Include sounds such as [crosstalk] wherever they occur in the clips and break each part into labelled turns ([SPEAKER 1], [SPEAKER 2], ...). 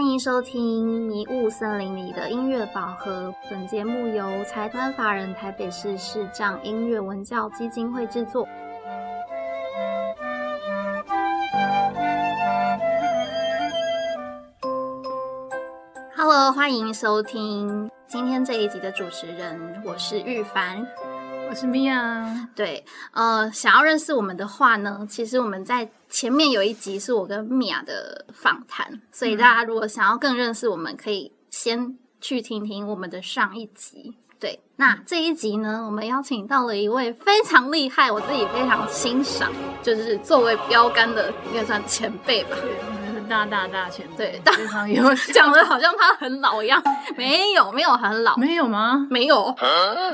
[SPEAKER 1] 迎收听《迷雾森林里的音乐宝盒》。本节目由财团法人台北市视障音乐文教基金会制作。Hello，欢迎收听今天这一集的主持人，我是玉凡。
[SPEAKER 2] 我是 Mia，啊
[SPEAKER 1] 对，呃，想要认识我们的话呢，其实我们在前面有一集是我跟米娅的访谈，所以大家如果想要更认识我们，可以先去听听我们的上一集。对，那这一集呢，我们邀请到了一位非常厉害，我自己非常欣赏，就是作为标杆的应该算前辈吧。
[SPEAKER 2] 对，我们是大大大前辈，
[SPEAKER 1] 对
[SPEAKER 2] 非常优秀。
[SPEAKER 1] 讲的好像他很老一样，没有，没有很老，
[SPEAKER 2] 没有吗？
[SPEAKER 1] 没有。
[SPEAKER 3] 啊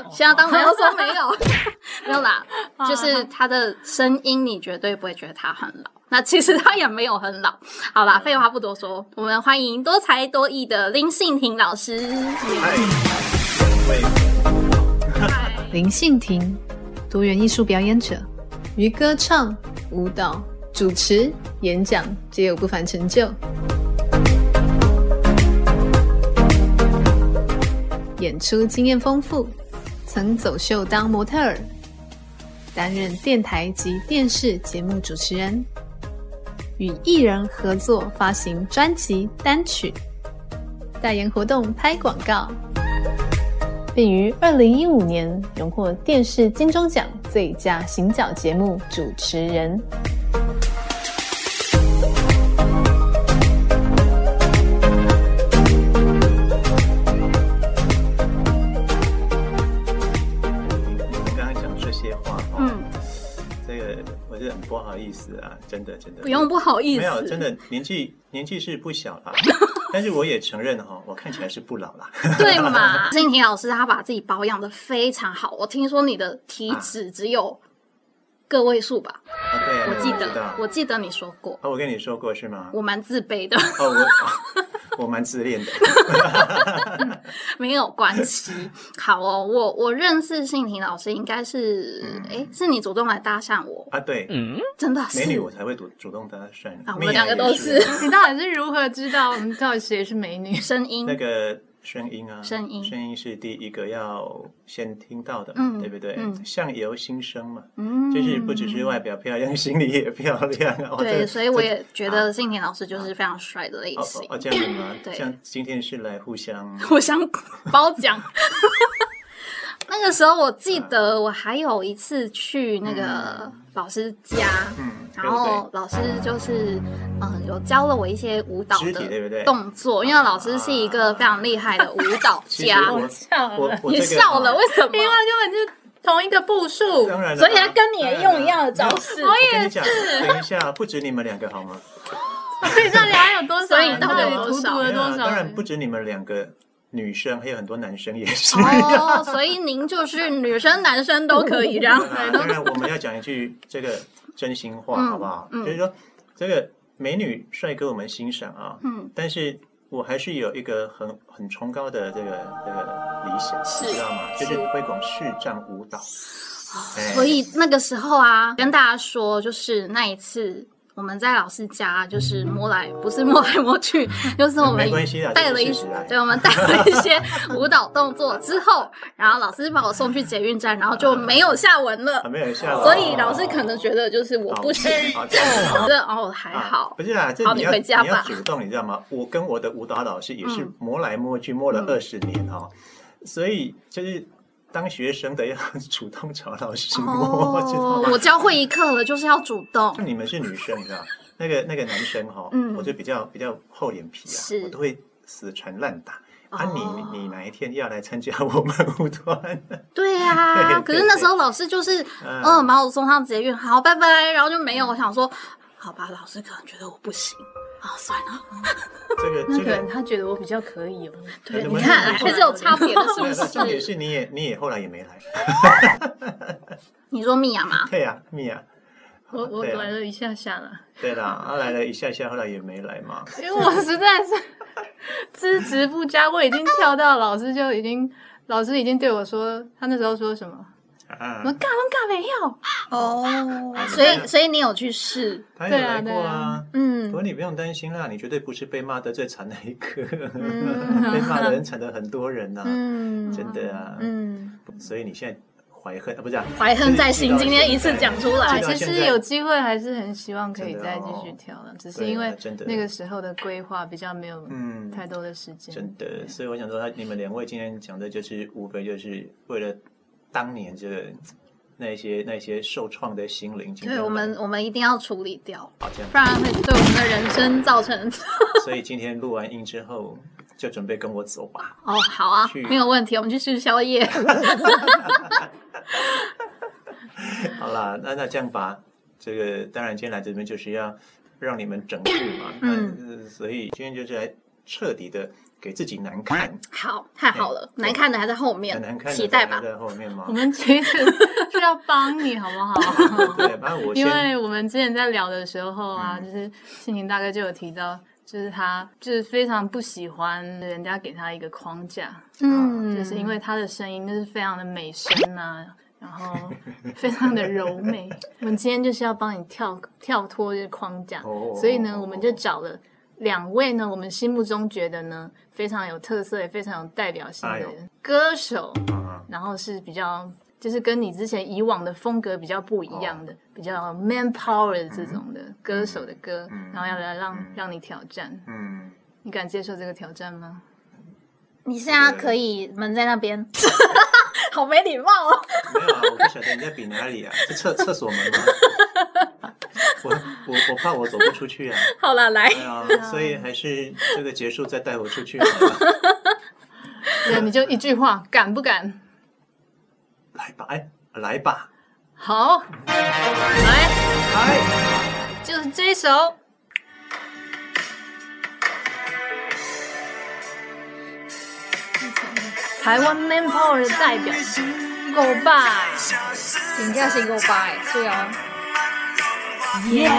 [SPEAKER 1] 现在当然要说没有， [laughs] 没有啦，就是他的声音，你绝对不会觉得他很老。那其实他也没有很老。好啦，废话不多说，我们欢迎多才多艺的林信廷老师。嗨
[SPEAKER 4] 林信婷，多元艺术表演者，于歌唱、舞蹈、主持、演讲皆有不凡成就。演出经验丰富，曾走秀当模特儿，担任电台及电视节目主持人，与艺人合作发行专辑单曲，代言活动拍广告。并于二零一五年荣获电视金钟奖最佳行脚节目主持人。
[SPEAKER 3] 刚刚讲这些话，哦、
[SPEAKER 1] 嗯，
[SPEAKER 3] 这个我是很不好意思啊，真的真的
[SPEAKER 1] 不用不好意思，
[SPEAKER 3] 没有真的年纪年纪是不小
[SPEAKER 1] [laughs]
[SPEAKER 3] 啦，但是我也承认哈、我看起来是不老啦。
[SPEAKER 1] 对嘛？信廷老师他把自己保养的非常好，我听说你的体脂只有个位数吧？
[SPEAKER 3] 啊对啊，
[SPEAKER 1] 我记
[SPEAKER 3] 知道
[SPEAKER 1] 得，我记得你说过，
[SPEAKER 3] 啊，我跟你说过是吗？
[SPEAKER 1] 我蛮自卑的。
[SPEAKER 3] 哦，
[SPEAKER 1] [laughs]
[SPEAKER 3] 我我蛮自恋的，
[SPEAKER 1] [laughs] 没有关
[SPEAKER 3] [laughs]
[SPEAKER 1] 系。好哦，我我认识信婷老师应该是，
[SPEAKER 3] 嗯
[SPEAKER 1] 哎、是你主动来搭讪我，
[SPEAKER 3] 啊对，
[SPEAKER 1] 真的是
[SPEAKER 3] 美女我才会主主动搭讪
[SPEAKER 1] 啊我
[SPEAKER 3] 蜜
[SPEAKER 1] 们两
[SPEAKER 3] 雅
[SPEAKER 1] 个都
[SPEAKER 3] 也是
[SPEAKER 1] 是
[SPEAKER 2] 你到底是如何知道我们到底谁是
[SPEAKER 1] [laughs]
[SPEAKER 2] 美女？
[SPEAKER 1] 声音
[SPEAKER 3] 那个声音啊，
[SPEAKER 1] 声音
[SPEAKER 3] 声音是第一个要先听到的
[SPEAKER 1] 嗯
[SPEAKER 3] 嘛，对不对？
[SPEAKER 1] 嗯
[SPEAKER 3] 相由心生嘛，
[SPEAKER 1] 嗯
[SPEAKER 3] 就是不只是外表
[SPEAKER 1] [laughs]
[SPEAKER 3] 漂亮，心里也漂亮啊。哦
[SPEAKER 1] 对，
[SPEAKER 3] 这
[SPEAKER 1] 所以我
[SPEAKER 3] 这
[SPEAKER 1] 也觉得信婷老师就是非常帅的类
[SPEAKER 3] 哦
[SPEAKER 1] 型？
[SPEAKER 3] 哦，哦，这样子吗
[SPEAKER 1] 对
[SPEAKER 3] 像今天是来互
[SPEAKER 1] [laughs]
[SPEAKER 3] 相
[SPEAKER 1] 我想褒奖。那个时候我记得
[SPEAKER 3] 嗯
[SPEAKER 1] 我还有一次去那个老师家，
[SPEAKER 3] 嗯，对
[SPEAKER 1] 然
[SPEAKER 3] 不
[SPEAKER 1] 后
[SPEAKER 3] 对？
[SPEAKER 1] 老师就是嗯有教了我一些舞蹈
[SPEAKER 3] 肢体对不
[SPEAKER 1] 的
[SPEAKER 3] 对啊
[SPEAKER 1] 动作，因为老师是一个非常厉害的舞蹈
[SPEAKER 3] [laughs] 其实
[SPEAKER 1] 家。
[SPEAKER 3] 我
[SPEAKER 2] 笑了
[SPEAKER 3] 我我
[SPEAKER 1] 你
[SPEAKER 3] 这个
[SPEAKER 1] 笑了，
[SPEAKER 3] 啊
[SPEAKER 1] 为什么？
[SPEAKER 2] 因为根本就是同一个步数。
[SPEAKER 3] 当然了，
[SPEAKER 1] 所以他跟你也
[SPEAKER 3] 当然了
[SPEAKER 1] 用一样的招式
[SPEAKER 3] 没有
[SPEAKER 2] 哦
[SPEAKER 1] 我
[SPEAKER 3] 我跟你讲， [laughs] 等一下，不止你们两个好
[SPEAKER 1] [laughs]
[SPEAKER 3] 吗？
[SPEAKER 2] 所以到底还有多少？
[SPEAKER 1] 所以到
[SPEAKER 2] 到
[SPEAKER 1] 底
[SPEAKER 2] 底
[SPEAKER 1] 有多
[SPEAKER 2] 荼
[SPEAKER 1] 少
[SPEAKER 2] 毒
[SPEAKER 3] 没
[SPEAKER 2] 了
[SPEAKER 3] 有
[SPEAKER 2] 多
[SPEAKER 3] 啊
[SPEAKER 2] 少？
[SPEAKER 3] 当然不止你们两个，女生还有很多男生也是。 [laughs]
[SPEAKER 1] 哦，所以您就是女生男生都可以这样。
[SPEAKER 3] 当然啊当然，我们要讲一句这个真心话，
[SPEAKER 1] 嗯
[SPEAKER 3] 好不好？
[SPEAKER 1] 嗯
[SPEAKER 3] 就是说，这个美女帅哥我们欣赏啊，
[SPEAKER 1] 嗯，
[SPEAKER 3] 但是我还是有一个很很崇高的这个这个理想，
[SPEAKER 1] 是
[SPEAKER 3] 你知道吗？就是推广视障舞蹈。
[SPEAKER 1] [laughs]
[SPEAKER 3] 哎
[SPEAKER 1] 所以那个时候啊，跟大家说，就是那一次我们在老师家，就是摸来不是摸来摸 [laughs] 去，就是我们
[SPEAKER 3] 没关系啊
[SPEAKER 1] 带了一
[SPEAKER 3] 这个是事实啊
[SPEAKER 1] 对，我们带了一些舞蹈动作之后，然后老师把我送去捷运站，然后就没有下文了
[SPEAKER 3] [laughs] 啊，。没有下文。
[SPEAKER 1] 所以老师可能觉得就是我不行，
[SPEAKER 3] 哦好这样子
[SPEAKER 1] [laughs]
[SPEAKER 3] 啊
[SPEAKER 1] 觉得哦还
[SPEAKER 3] 啊 [laughs]
[SPEAKER 1] 好，
[SPEAKER 3] 不是啊，这
[SPEAKER 1] 好
[SPEAKER 3] 你
[SPEAKER 1] 你
[SPEAKER 3] 要
[SPEAKER 1] 回家
[SPEAKER 3] 你要
[SPEAKER 1] 吧
[SPEAKER 3] 主动，你知道吗？我跟我的舞蹈老师也是
[SPEAKER 1] 嗯
[SPEAKER 3] 摸来摸去，摸了二十年哦，所以就是当学生的要 [laughs] 主动找老师摸，知道
[SPEAKER 1] 哦，
[SPEAKER 3] 吗？
[SPEAKER 1] 我教会一课了，就是要主动。
[SPEAKER 3] 你们是女生，你知道那个那个男生哈、
[SPEAKER 1] 嗯
[SPEAKER 3] 我就比较比较厚脸皮啊
[SPEAKER 1] 是，
[SPEAKER 3] 我都会死缠烂打。啊你，
[SPEAKER 1] 哦
[SPEAKER 3] 你哪一天要来参加我们舞团？
[SPEAKER 1] [laughs] 对呀、
[SPEAKER 3] 对
[SPEAKER 1] 可是那时候老师就是，
[SPEAKER 3] 嗯
[SPEAKER 1] 嗯，把我送上捷运，好，拜拜，然后就没有。我想说，好吧，老师可能觉得我不行，啊，算了，
[SPEAKER 3] 这个
[SPEAKER 2] 那
[SPEAKER 3] 这
[SPEAKER 2] 可能
[SPEAKER 3] 个，
[SPEAKER 2] 他觉得我比较可以哦。
[SPEAKER 1] 对，
[SPEAKER 3] 可
[SPEAKER 1] [laughs] 你
[SPEAKER 3] 能
[SPEAKER 1] 看还是有差别的，是
[SPEAKER 3] 对啊
[SPEAKER 1] 不
[SPEAKER 3] 重点
[SPEAKER 1] 是？
[SPEAKER 3] 是你也你也后来也没来，
[SPEAKER 1] [laughs] 你说米娅吗？
[SPEAKER 3] 对呀、蜜啊呀、
[SPEAKER 2] 我我
[SPEAKER 3] 对啊
[SPEAKER 2] 来了一下下了，
[SPEAKER 3] [laughs] 对啦，啊来了一下下，后来也没来嘛。
[SPEAKER 2] 因为我实在是 [laughs] 资质不佳，我已经跳到老师就已经，老师已经对我说，他那时候说什么？
[SPEAKER 3] [laughs] 啊
[SPEAKER 2] 我，干我干没有，
[SPEAKER 1] 哦，所以所以你有去试，
[SPEAKER 3] 他也
[SPEAKER 2] 对啊
[SPEAKER 3] 来过
[SPEAKER 2] 对啊
[SPEAKER 3] 啊，不
[SPEAKER 2] 嗯
[SPEAKER 3] 过你不用担心啦，你绝对不是被骂得最惨那一个，
[SPEAKER 2] 嗯
[SPEAKER 3] [laughs] 被骂的人惨的很多人呐、
[SPEAKER 2] 嗯
[SPEAKER 3] 真的啊。
[SPEAKER 2] 嗯，
[SPEAKER 3] 所以你现在怀恨啊，不是啊、
[SPEAKER 1] 怀恨在心，
[SPEAKER 3] 就是
[SPEAKER 1] 今
[SPEAKER 3] 记到
[SPEAKER 1] 天一次
[SPEAKER 3] 现在
[SPEAKER 1] 讲出
[SPEAKER 3] 记
[SPEAKER 1] 来
[SPEAKER 2] 啊，
[SPEAKER 3] 到
[SPEAKER 2] 其
[SPEAKER 3] 现
[SPEAKER 2] 实
[SPEAKER 3] 在
[SPEAKER 2] 有机会还是很希望可以
[SPEAKER 3] 真的
[SPEAKER 2] 再继
[SPEAKER 3] 哦
[SPEAKER 2] 续跳的，只是
[SPEAKER 3] 对啊
[SPEAKER 2] 因为
[SPEAKER 3] 真的
[SPEAKER 2] 那个时候的规划比较没有
[SPEAKER 3] 嗯，
[SPEAKER 2] 太多的时间，
[SPEAKER 3] 真的，所以我想说，你们两位今天讲的就是无非就是为了当年这个那一些那一些受创的心灵，今天
[SPEAKER 1] 对我们，我们一定要处理掉，
[SPEAKER 3] 好这样
[SPEAKER 1] 不。然会对我们的人生造 [laughs] 成……
[SPEAKER 3] 所以今天录完音之后，就准备跟我走吧。
[SPEAKER 1] 哦，好啊
[SPEAKER 3] 去，
[SPEAKER 1] 没有问题，我们去吃宵夜。
[SPEAKER 3] 好啦，那那这样吧，这个当然今天来这边就是要让你们整治嘛，嗯，所以今天就是来彻底的给自己难看，
[SPEAKER 1] 好，太好了，
[SPEAKER 3] 对
[SPEAKER 1] 难看的还在后
[SPEAKER 3] 很
[SPEAKER 1] 面，
[SPEAKER 3] 难看的
[SPEAKER 1] 嗯期待吧。
[SPEAKER 3] 在后面嘛
[SPEAKER 2] 我。们其实是要帮你，好不好？
[SPEAKER 3] 对，反 [laughs] 正我
[SPEAKER 2] 因
[SPEAKER 3] 先
[SPEAKER 2] 为我们之前在聊的时候啊，
[SPEAKER 3] 嗯
[SPEAKER 2] 就是信婷大概就有提到，就是他就是非常不喜欢人家给他一个框架，
[SPEAKER 1] 嗯，
[SPEAKER 2] 就是因为他的声音就是非常的美声啊，然后非常的柔美。我们今天就是要帮你跳跳脱这个框架，
[SPEAKER 3] 哦
[SPEAKER 2] 所以呢，我们就找了。两位呢，我们心目中觉得呢非常有特色，也非常有代表性
[SPEAKER 3] 哎
[SPEAKER 2] 的
[SPEAKER 3] 呦
[SPEAKER 2] 歌手，
[SPEAKER 3] 啊，
[SPEAKER 2] 然后是比较就是跟你之前以往的风格比较不一样的，
[SPEAKER 3] 哦
[SPEAKER 2] 比较 man power 的这种的、歌手的歌，
[SPEAKER 3] 嗯
[SPEAKER 2] 然后要来让、
[SPEAKER 3] 嗯
[SPEAKER 2] 让你挑战，
[SPEAKER 3] 嗯，
[SPEAKER 2] 你敢接受这个挑战吗？ [laughs]
[SPEAKER 1] 你现在可以闷在那边，好没礼貌哦。
[SPEAKER 3] 没有啊，我不晓得你在比哪里啊，是厕厕所门吗？我我我怕我走不出去啊，
[SPEAKER 1] 好了，来
[SPEAKER 3] 对，啊，所以还是这个结束再带我出去好了。
[SPEAKER 2] 对，你就一句话，敢不敢？
[SPEAKER 3] 来吧，哎，来吧，哎
[SPEAKER 2] 好，来，
[SPEAKER 3] 来，
[SPEAKER 2] 就是这一首。台湾 man power 的代表，狗爸，
[SPEAKER 1] 评价是够八哎，对啊，
[SPEAKER 2] 耶、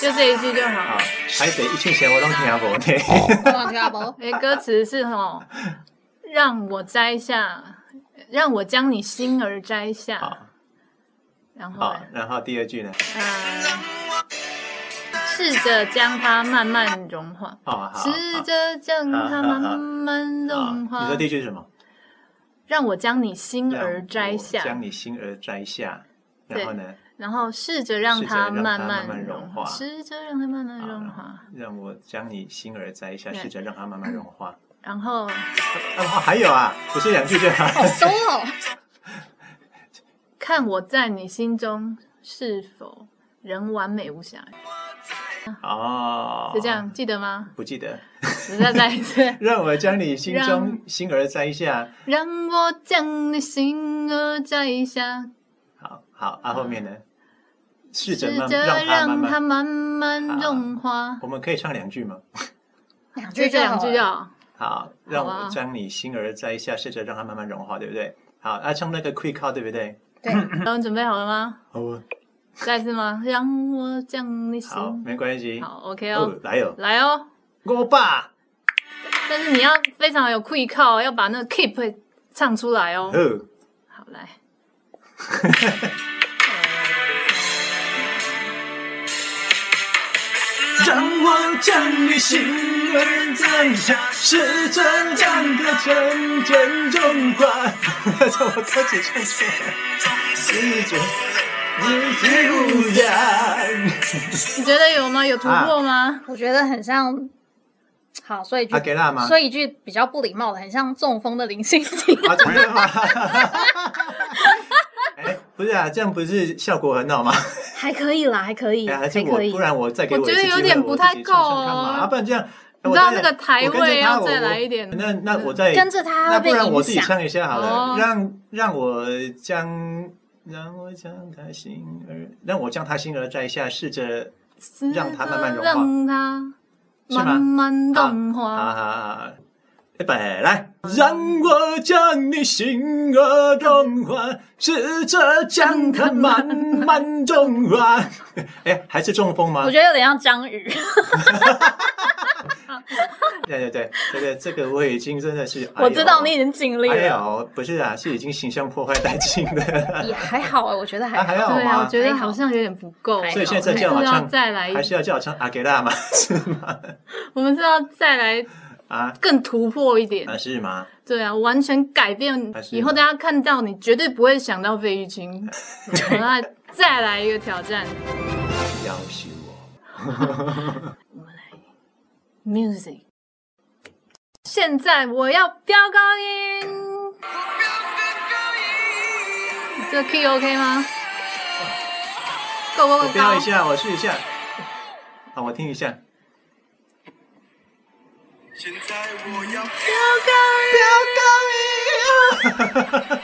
[SPEAKER 2] 就这一句就好
[SPEAKER 3] 好。，还得一群钱我都听不呢。
[SPEAKER 1] 我听
[SPEAKER 2] [laughs]
[SPEAKER 1] 不？
[SPEAKER 2] 哎，歌词是吼，让我摘下，让我将你心儿摘
[SPEAKER 3] 好
[SPEAKER 2] 下。然后
[SPEAKER 3] 好
[SPEAKER 2] 嘞，，
[SPEAKER 3] 然后第二句呢？
[SPEAKER 2] 嗯、试着将它慢慢融化，
[SPEAKER 3] 好啊好好，
[SPEAKER 2] 试着将它慢慢融
[SPEAKER 3] 好啊你
[SPEAKER 2] 化
[SPEAKER 3] 说。第一句是什么？
[SPEAKER 2] 让我将你心
[SPEAKER 3] 让
[SPEAKER 2] 儿摘
[SPEAKER 3] 我
[SPEAKER 2] 下
[SPEAKER 3] 将，你心儿摘下。然后呢？
[SPEAKER 2] 然后试着让
[SPEAKER 3] 试着
[SPEAKER 2] 它
[SPEAKER 3] 让它
[SPEAKER 2] 慢
[SPEAKER 3] 慢慢
[SPEAKER 2] 融
[SPEAKER 3] 融化啊
[SPEAKER 2] 试着让它慢慢
[SPEAKER 3] 好
[SPEAKER 2] 融化。
[SPEAKER 3] 让我将你心儿摘下，
[SPEAKER 2] 对
[SPEAKER 3] 试着让它慢慢融化。 [clears throat]
[SPEAKER 2] 然后
[SPEAKER 3] 啊，还有啊，不是两句就好。
[SPEAKER 2] [laughs]
[SPEAKER 1] 多哦，
[SPEAKER 2] 看我在你心中是否仍完美无瑕，
[SPEAKER 3] 啊哦，
[SPEAKER 2] 是这，样，记得吗？
[SPEAKER 3] 不记得。
[SPEAKER 2] 我再再一次。
[SPEAKER 3] 让我将你心中
[SPEAKER 2] 让
[SPEAKER 3] 心儿摘下。
[SPEAKER 2] [laughs] 让我将你心儿摘下，
[SPEAKER 3] 好好，啊，后面呢？试着
[SPEAKER 2] 试
[SPEAKER 3] 慢
[SPEAKER 2] 着
[SPEAKER 3] 让它慢
[SPEAKER 2] 让它
[SPEAKER 3] 慢。
[SPEAKER 2] 慢慢融化。
[SPEAKER 3] 我们可以唱两句吗？
[SPEAKER 1] 两
[SPEAKER 2] 就这两句就好。
[SPEAKER 3] 好，让
[SPEAKER 2] 好啊
[SPEAKER 3] 我将你心儿摘下，试着让它慢慢融化，对不对？好，啊，唱那个 quick call，对不对？
[SPEAKER 1] 对，
[SPEAKER 2] 然后准备好了吗？
[SPEAKER 3] 好啊，
[SPEAKER 2] 再一次吗？让我将你心。
[SPEAKER 3] 好，没关系。
[SPEAKER 2] 好，OK
[SPEAKER 3] 哦
[SPEAKER 2] 哦，，
[SPEAKER 3] 来哦，
[SPEAKER 2] 来哦。
[SPEAKER 3] 我爸，
[SPEAKER 2] 但是你要非常有 quick 靠，要把那个 keep 唱出来哦。
[SPEAKER 3] 哦，
[SPEAKER 2] 好，来。
[SPEAKER 3] 让我将你心儿摘下，试着让它渐渐融化。 [laughs] 怎么歌词唱错了？ [laughs] 试着，你不然。
[SPEAKER 2] 你觉得有吗？有突破吗？
[SPEAKER 1] 我觉得很像。好，所以一句
[SPEAKER 3] 阿啊给辣吗？
[SPEAKER 1] 说一句比较不礼貌的，很像中风的林心
[SPEAKER 2] [laughs]
[SPEAKER 1] 怡。
[SPEAKER 3] 啊， [laughs] 真的吗？哎，不是啊，这样不是效果很好吗？
[SPEAKER 1] 还可以啦，还可以，
[SPEAKER 3] 哎，还
[SPEAKER 1] 还
[SPEAKER 3] 是
[SPEAKER 1] 可
[SPEAKER 3] 我，
[SPEAKER 1] 以
[SPEAKER 3] 不。然我再给
[SPEAKER 2] 我
[SPEAKER 3] 一
[SPEAKER 2] 觉
[SPEAKER 3] 次
[SPEAKER 2] 得有
[SPEAKER 3] 机会
[SPEAKER 2] 点
[SPEAKER 3] 我
[SPEAKER 2] 不
[SPEAKER 3] 自
[SPEAKER 2] 太
[SPEAKER 3] 己唱唱
[SPEAKER 2] 够
[SPEAKER 3] 看嘛
[SPEAKER 2] 哦
[SPEAKER 3] 啊，不然这样，
[SPEAKER 2] 你
[SPEAKER 3] 我
[SPEAKER 2] 知道
[SPEAKER 3] 再
[SPEAKER 2] 那个台
[SPEAKER 3] 我跟着
[SPEAKER 2] 位
[SPEAKER 3] 他
[SPEAKER 2] 要
[SPEAKER 3] 我
[SPEAKER 2] 再来
[SPEAKER 3] 我
[SPEAKER 2] 一点
[SPEAKER 3] 那那我再
[SPEAKER 1] 跟着他
[SPEAKER 3] 那不
[SPEAKER 1] 被
[SPEAKER 3] 然我
[SPEAKER 1] 影
[SPEAKER 3] 自己
[SPEAKER 1] 响。
[SPEAKER 3] 唱一下
[SPEAKER 2] 哦
[SPEAKER 3] 好了，让让我将让我将他心儿，让我将他心儿摘下，试着让它慢慢融化
[SPEAKER 2] 让它
[SPEAKER 3] 是吗
[SPEAKER 2] 慢慢融
[SPEAKER 3] 啊
[SPEAKER 2] 化。
[SPEAKER 3] 啊，啊预备来，让我将你心儿融化，试着将它慢慢融化。
[SPEAKER 2] [laughs]
[SPEAKER 3] 哎，还是中风吗？
[SPEAKER 1] 我觉得有点像章鱼，
[SPEAKER 3] 对对对，这个这个我已经真的是，哎呦
[SPEAKER 1] 我知道你已经尽力
[SPEAKER 3] 哎
[SPEAKER 1] 了，
[SPEAKER 3] 呦，不是啊，是已经形象破坏殆尽
[SPEAKER 2] [laughs]
[SPEAKER 3] 的，
[SPEAKER 1] 也还好啊，我觉得还
[SPEAKER 3] 啊还好
[SPEAKER 2] 对啊，
[SPEAKER 3] 吗
[SPEAKER 2] 我觉得
[SPEAKER 1] 还好
[SPEAKER 2] 好像有点不够
[SPEAKER 1] 还，好
[SPEAKER 3] 所以现在
[SPEAKER 2] 我们是
[SPEAKER 3] 叫我
[SPEAKER 2] 要
[SPEAKER 3] 唱，
[SPEAKER 2] 再来一
[SPEAKER 3] 还，是要叫我唱阿给拉吗？是吗？
[SPEAKER 2] 我们是要再来
[SPEAKER 3] 啊
[SPEAKER 2] 更突破一点
[SPEAKER 3] 啊，是吗？
[SPEAKER 2] 对啊，完全改变
[SPEAKER 3] 还是
[SPEAKER 2] 以后，大家看到你绝对不会想到费玉
[SPEAKER 3] [laughs]
[SPEAKER 2] 清。好，那再来一个挑战
[SPEAKER 3] 要挟我，
[SPEAKER 2] ，music。现在我要飙高音，这 key OK 吗？够不够
[SPEAKER 3] 我标
[SPEAKER 2] 高
[SPEAKER 3] 一？下，我试一下，啊，我听一下，
[SPEAKER 5] 现在我要
[SPEAKER 3] 飙高音，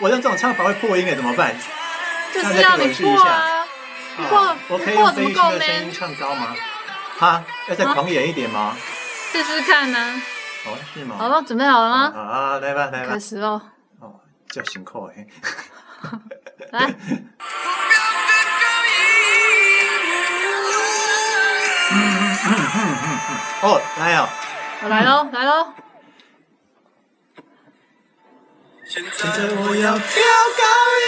[SPEAKER 3] 我用这种唱法会破音的，怎么办？
[SPEAKER 2] 就是要你破啊！你破
[SPEAKER 3] 啊，我可以
[SPEAKER 2] 你破
[SPEAKER 3] 用
[SPEAKER 2] 怎
[SPEAKER 3] 飞
[SPEAKER 2] 么
[SPEAKER 3] 行
[SPEAKER 2] 够
[SPEAKER 3] 的
[SPEAKER 2] 呢？
[SPEAKER 3] 声音唱高吗？哈，要再狂野一点吗？
[SPEAKER 2] 试试看呢。
[SPEAKER 3] 哦，是吗？
[SPEAKER 2] 好了，准备好了
[SPEAKER 3] 啊
[SPEAKER 2] 吗？
[SPEAKER 3] 啊，来吧来吧
[SPEAKER 2] 开，始喽！
[SPEAKER 3] 哦，叫辛苦哎。
[SPEAKER 2] 来，
[SPEAKER 3] 哦，来哦，
[SPEAKER 2] 我
[SPEAKER 1] 嗯
[SPEAKER 2] 来喽，来喽！
[SPEAKER 5] 现
[SPEAKER 3] 现
[SPEAKER 5] 在
[SPEAKER 3] 在我要飙高音，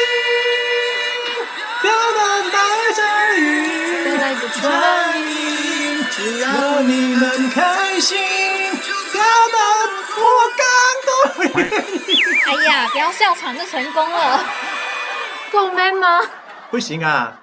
[SPEAKER 3] 飙到白着
[SPEAKER 2] 再
[SPEAKER 3] 雨，
[SPEAKER 2] 来一个
[SPEAKER 3] 穿衣，只要你们开心，飙到我感动。
[SPEAKER 1] 哎呀，不要笑场就成功了。
[SPEAKER 2] 够 man 吗？
[SPEAKER 3] 不行啊，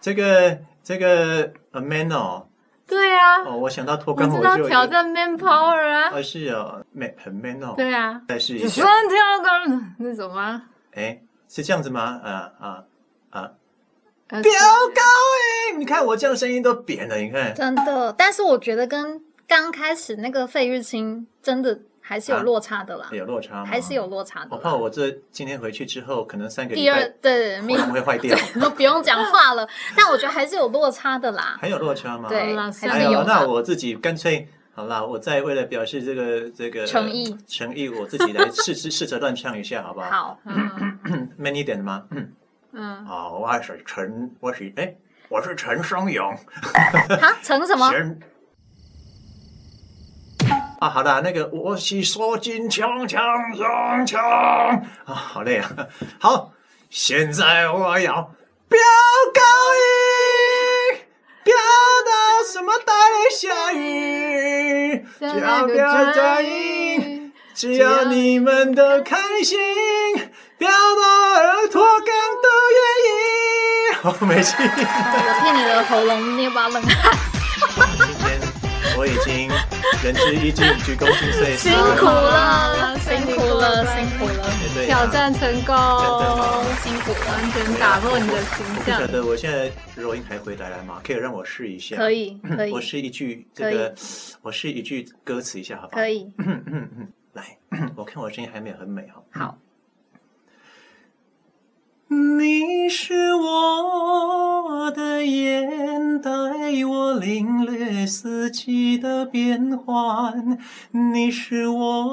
[SPEAKER 3] 这个这个呃 man 哦，
[SPEAKER 2] 对啊，
[SPEAKER 3] 哦，我想到脱
[SPEAKER 2] 我
[SPEAKER 3] 光
[SPEAKER 2] 知
[SPEAKER 3] 我
[SPEAKER 2] 道
[SPEAKER 3] 就
[SPEAKER 2] 挑战 man power 啊。
[SPEAKER 3] 哦是哦，man 很 man 哦，
[SPEAKER 2] 对啊，
[SPEAKER 3] 再试一
[SPEAKER 2] 只
[SPEAKER 3] 下
[SPEAKER 2] 剩，跳高那种吗？
[SPEAKER 3] 哎，是这样子吗？啊啊啊，
[SPEAKER 2] 呃
[SPEAKER 3] 飙高音，你看我这样声音都扁了，你看。
[SPEAKER 1] 真的，但是我觉得跟刚开始那个费玉清真的还是有落差的啦，
[SPEAKER 3] 啊有哦落差吗？
[SPEAKER 1] 还是有。落差的
[SPEAKER 3] 我
[SPEAKER 1] 啦。
[SPEAKER 3] 怕我这今天回去之后，可能三个
[SPEAKER 1] 第
[SPEAKER 3] 礼
[SPEAKER 1] 二
[SPEAKER 3] 拜
[SPEAKER 1] 对，
[SPEAKER 3] 喉咙会坏掉。
[SPEAKER 1] 你 [laughs] 都不用讲话了，但我觉得还是有落差的啦。
[SPEAKER 3] 还有落差吗？
[SPEAKER 1] 对，
[SPEAKER 2] 好
[SPEAKER 1] 还
[SPEAKER 2] 啦
[SPEAKER 1] 是
[SPEAKER 2] 算
[SPEAKER 3] 哎
[SPEAKER 2] 了
[SPEAKER 1] 有
[SPEAKER 3] 呦，那
[SPEAKER 1] 的。
[SPEAKER 3] 我自己干脆好啦，我再为了表示这个这个
[SPEAKER 1] 诚意
[SPEAKER 3] 诚意，我自己来试试试着乱唱一下，好不好？
[SPEAKER 1] 好，
[SPEAKER 2] 嗯
[SPEAKER 3] ，man 一点的吗？嗯，
[SPEAKER 2] 嗯，
[SPEAKER 3] 好，我是陈，我是哎，我是陈松勇，
[SPEAKER 1] 好，成什么？
[SPEAKER 3] 神。啊，好啦，那个我是说金枪枪枪枪啊，好累啊。 [laughs] 好，现在我要飙高音，飙到什么大雷下雨，
[SPEAKER 2] 再
[SPEAKER 3] 只
[SPEAKER 2] 来
[SPEAKER 3] 要
[SPEAKER 2] 个
[SPEAKER 3] 飙高
[SPEAKER 2] 转
[SPEAKER 3] 音，
[SPEAKER 2] 音，
[SPEAKER 3] 只要你们都开心，飙到耳脱肛都愿意。我没戏。
[SPEAKER 1] 我替你的喉咙捏把冷汗。
[SPEAKER 3] 今天我已经仁至义尽、鞠躬尽瘁，
[SPEAKER 2] 辛苦
[SPEAKER 1] 了
[SPEAKER 2] 了，
[SPEAKER 1] 辛苦了，辛苦了，
[SPEAKER 3] 对啊
[SPEAKER 2] 挑战成功，
[SPEAKER 3] 真的吗
[SPEAKER 1] 辛苦了，
[SPEAKER 2] 完全打破你的形
[SPEAKER 3] 我不晓
[SPEAKER 2] 象。
[SPEAKER 3] 得我现在柔音还回来了吗？可以让我试一下。
[SPEAKER 1] 可。以，可
[SPEAKER 3] 我
[SPEAKER 1] 以，
[SPEAKER 3] 试一句这个，我试一句歌词一下，好不好？
[SPEAKER 1] 可。以。
[SPEAKER 3] 来，我看我声音还没有很美哈。
[SPEAKER 1] 好。
[SPEAKER 3] 你是我的眼，带我领略四季的变幻。你是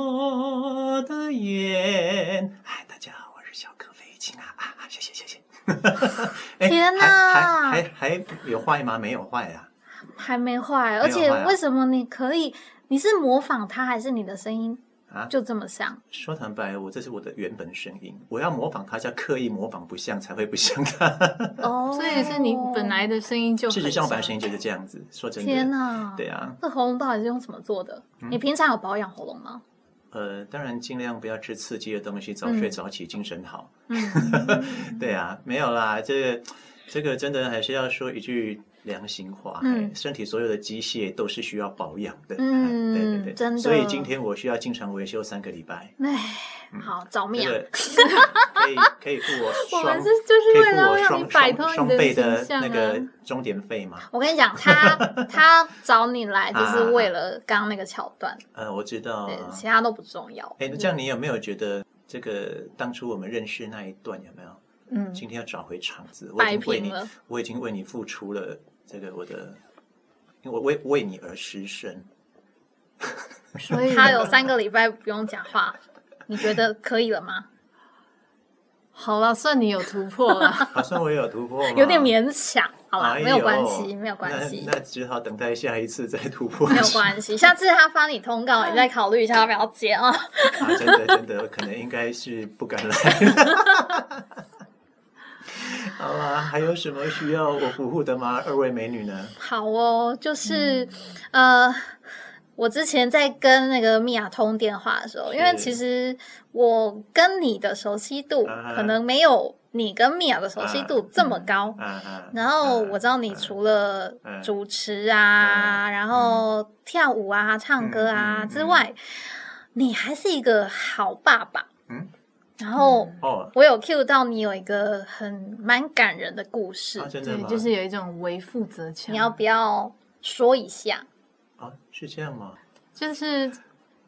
[SPEAKER 3] 我的眼。嗨，大家好，我是小可飞青啊啊！啊谢谢谢谢。哎
[SPEAKER 1] 天哪
[SPEAKER 3] 还还还还有坏吗？没有坏啊。
[SPEAKER 1] 还没坏，而且
[SPEAKER 3] 坏啊
[SPEAKER 1] 为什么你可以？你是模仿他，还是你的声音
[SPEAKER 3] 啊
[SPEAKER 1] 就这么像？
[SPEAKER 3] 说坦白，我这是我的原本声音，我要模仿他，叫刻意模仿不像，才会不像
[SPEAKER 1] [laughs]
[SPEAKER 3] 他。
[SPEAKER 1] 哦，
[SPEAKER 2] 所以是你本来的声音就
[SPEAKER 3] 事
[SPEAKER 2] 很
[SPEAKER 3] 实上，我本来
[SPEAKER 2] 像
[SPEAKER 3] 声音就是这样子。说真的，
[SPEAKER 1] 天哪，
[SPEAKER 3] 对嗯啊，
[SPEAKER 1] 这喉咙到底是用什么做的？你平常有保养喉咙吗？
[SPEAKER 3] 呃，当然尽量不要吃刺激的东西，早
[SPEAKER 1] 嗯
[SPEAKER 3] 睡早起，精神好。 [laughs] 对啊，没有啦，这个这个真的还是要说一句良心话，
[SPEAKER 1] 嗯
[SPEAKER 3] 哎身体所有的机械都是需要保养的。
[SPEAKER 1] 嗯
[SPEAKER 3] 哎对对对，
[SPEAKER 1] 真的
[SPEAKER 3] 所以今天我需要经常维修三个礼拜。
[SPEAKER 1] 唉，哎
[SPEAKER 3] 嗯
[SPEAKER 1] 好，找
[SPEAKER 3] 这
[SPEAKER 1] 面 [laughs]
[SPEAKER 3] 个可以可以付我
[SPEAKER 2] 我
[SPEAKER 3] 双，
[SPEAKER 2] 们是就是
[SPEAKER 3] 可以
[SPEAKER 2] 为
[SPEAKER 3] 付
[SPEAKER 2] 了
[SPEAKER 3] 我
[SPEAKER 2] 让
[SPEAKER 3] 双
[SPEAKER 2] 你摆
[SPEAKER 3] 双
[SPEAKER 2] 脱你
[SPEAKER 3] 双
[SPEAKER 2] 的
[SPEAKER 3] 倍
[SPEAKER 2] 形
[SPEAKER 3] 的
[SPEAKER 2] 象
[SPEAKER 3] 那
[SPEAKER 2] 啊
[SPEAKER 3] 个钟点费嘛。
[SPEAKER 1] 我跟你讲， [laughs] 他他找你来就是为了刚刚那个桥段，
[SPEAKER 3] 呃，我知道
[SPEAKER 1] 对
[SPEAKER 3] 啊，。
[SPEAKER 1] 其他都不重要。
[SPEAKER 3] 哎，那这样你有没有觉得这个当初我们认识那一段有没有？
[SPEAKER 2] 嗯，
[SPEAKER 3] 今天要找回场子，我已
[SPEAKER 1] 摆
[SPEAKER 3] 经为
[SPEAKER 1] 平
[SPEAKER 3] 你
[SPEAKER 1] 了，
[SPEAKER 3] 我已经为你付出了这个我的，因为我为为你而失身。
[SPEAKER 2] 所以
[SPEAKER 1] 他有三个礼拜不用讲话，你觉得可以了吗？
[SPEAKER 2] 好了，算你有突
[SPEAKER 1] [laughs]
[SPEAKER 2] 破了。
[SPEAKER 3] 好像我也有突破吗，
[SPEAKER 1] 有点勉强，好啦，
[SPEAKER 3] 哎呦，
[SPEAKER 1] 没有关系，没有关系
[SPEAKER 3] 那，那只好等待下一次再突破。
[SPEAKER 1] 没有关系。下次他发你通告，你再考虑一下要不要接啊。
[SPEAKER 3] 啊，真的真的，我可能应该是不敢来。 [laughs] 好啊，还有什么需要我服务的吗？二位美女呢？
[SPEAKER 1] [laughs] 好哦，就是、呃，我之前在跟那个米娅通电话的时候，因为
[SPEAKER 3] 是
[SPEAKER 1] 其实我跟你的熟悉度
[SPEAKER 3] 啊哈
[SPEAKER 1] 可能没有你跟米娅的熟悉度这么高。
[SPEAKER 3] 啊啊，
[SPEAKER 1] 然后
[SPEAKER 3] 啊
[SPEAKER 1] 我知道你除了
[SPEAKER 3] 嗯
[SPEAKER 1] 主持啊，然后跳舞啊、唱歌啊、
[SPEAKER 3] 嗯嗯
[SPEAKER 1] 之外，你还是一个好爸爸。
[SPEAKER 3] 嗯，
[SPEAKER 1] 然后
[SPEAKER 3] 哦，
[SPEAKER 1] 我有 cue 到你有一个很蛮感人的故事，
[SPEAKER 3] 啊，真的
[SPEAKER 2] 对，
[SPEAKER 3] 吗？
[SPEAKER 2] 就是有一种为父则强。
[SPEAKER 1] 你要不要说一下？
[SPEAKER 3] 啊，是这样吗？
[SPEAKER 2] 就是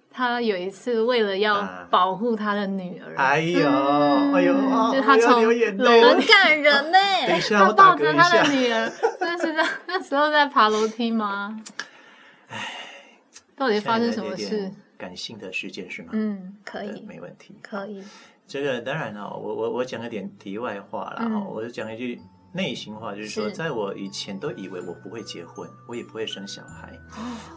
[SPEAKER 2] 他有一次为了要
[SPEAKER 3] 啊
[SPEAKER 2] 保护他的女儿，
[SPEAKER 3] 哎呦，
[SPEAKER 1] 嗯
[SPEAKER 3] 哎呦，哦
[SPEAKER 2] 就是他
[SPEAKER 3] 我要
[SPEAKER 2] 从
[SPEAKER 3] 流眼
[SPEAKER 2] 楼
[SPEAKER 3] 泪了
[SPEAKER 1] 很。感
[SPEAKER 3] 啊
[SPEAKER 1] 人呢、
[SPEAKER 3] 等一下，
[SPEAKER 2] 他
[SPEAKER 3] 我打
[SPEAKER 2] 抱
[SPEAKER 3] 嗝
[SPEAKER 2] 着
[SPEAKER 3] 一
[SPEAKER 2] 他
[SPEAKER 3] 下 [laughs]
[SPEAKER 2] 的。女儿，那是在那时候在爬楼梯吗？到底发生什么
[SPEAKER 3] 现在来
[SPEAKER 2] 事
[SPEAKER 3] 点？感性的事件是吗？
[SPEAKER 1] 嗯，可
[SPEAKER 3] 呃
[SPEAKER 1] 以，
[SPEAKER 3] 没问题。
[SPEAKER 1] 可以，
[SPEAKER 3] 这个当然了、我我我讲一点题外话啦，
[SPEAKER 1] 嗯
[SPEAKER 3] 我就讲一句内心话，就是说，
[SPEAKER 1] 是
[SPEAKER 3] 在我以前都以为我不会结婚，我也不会生小孩，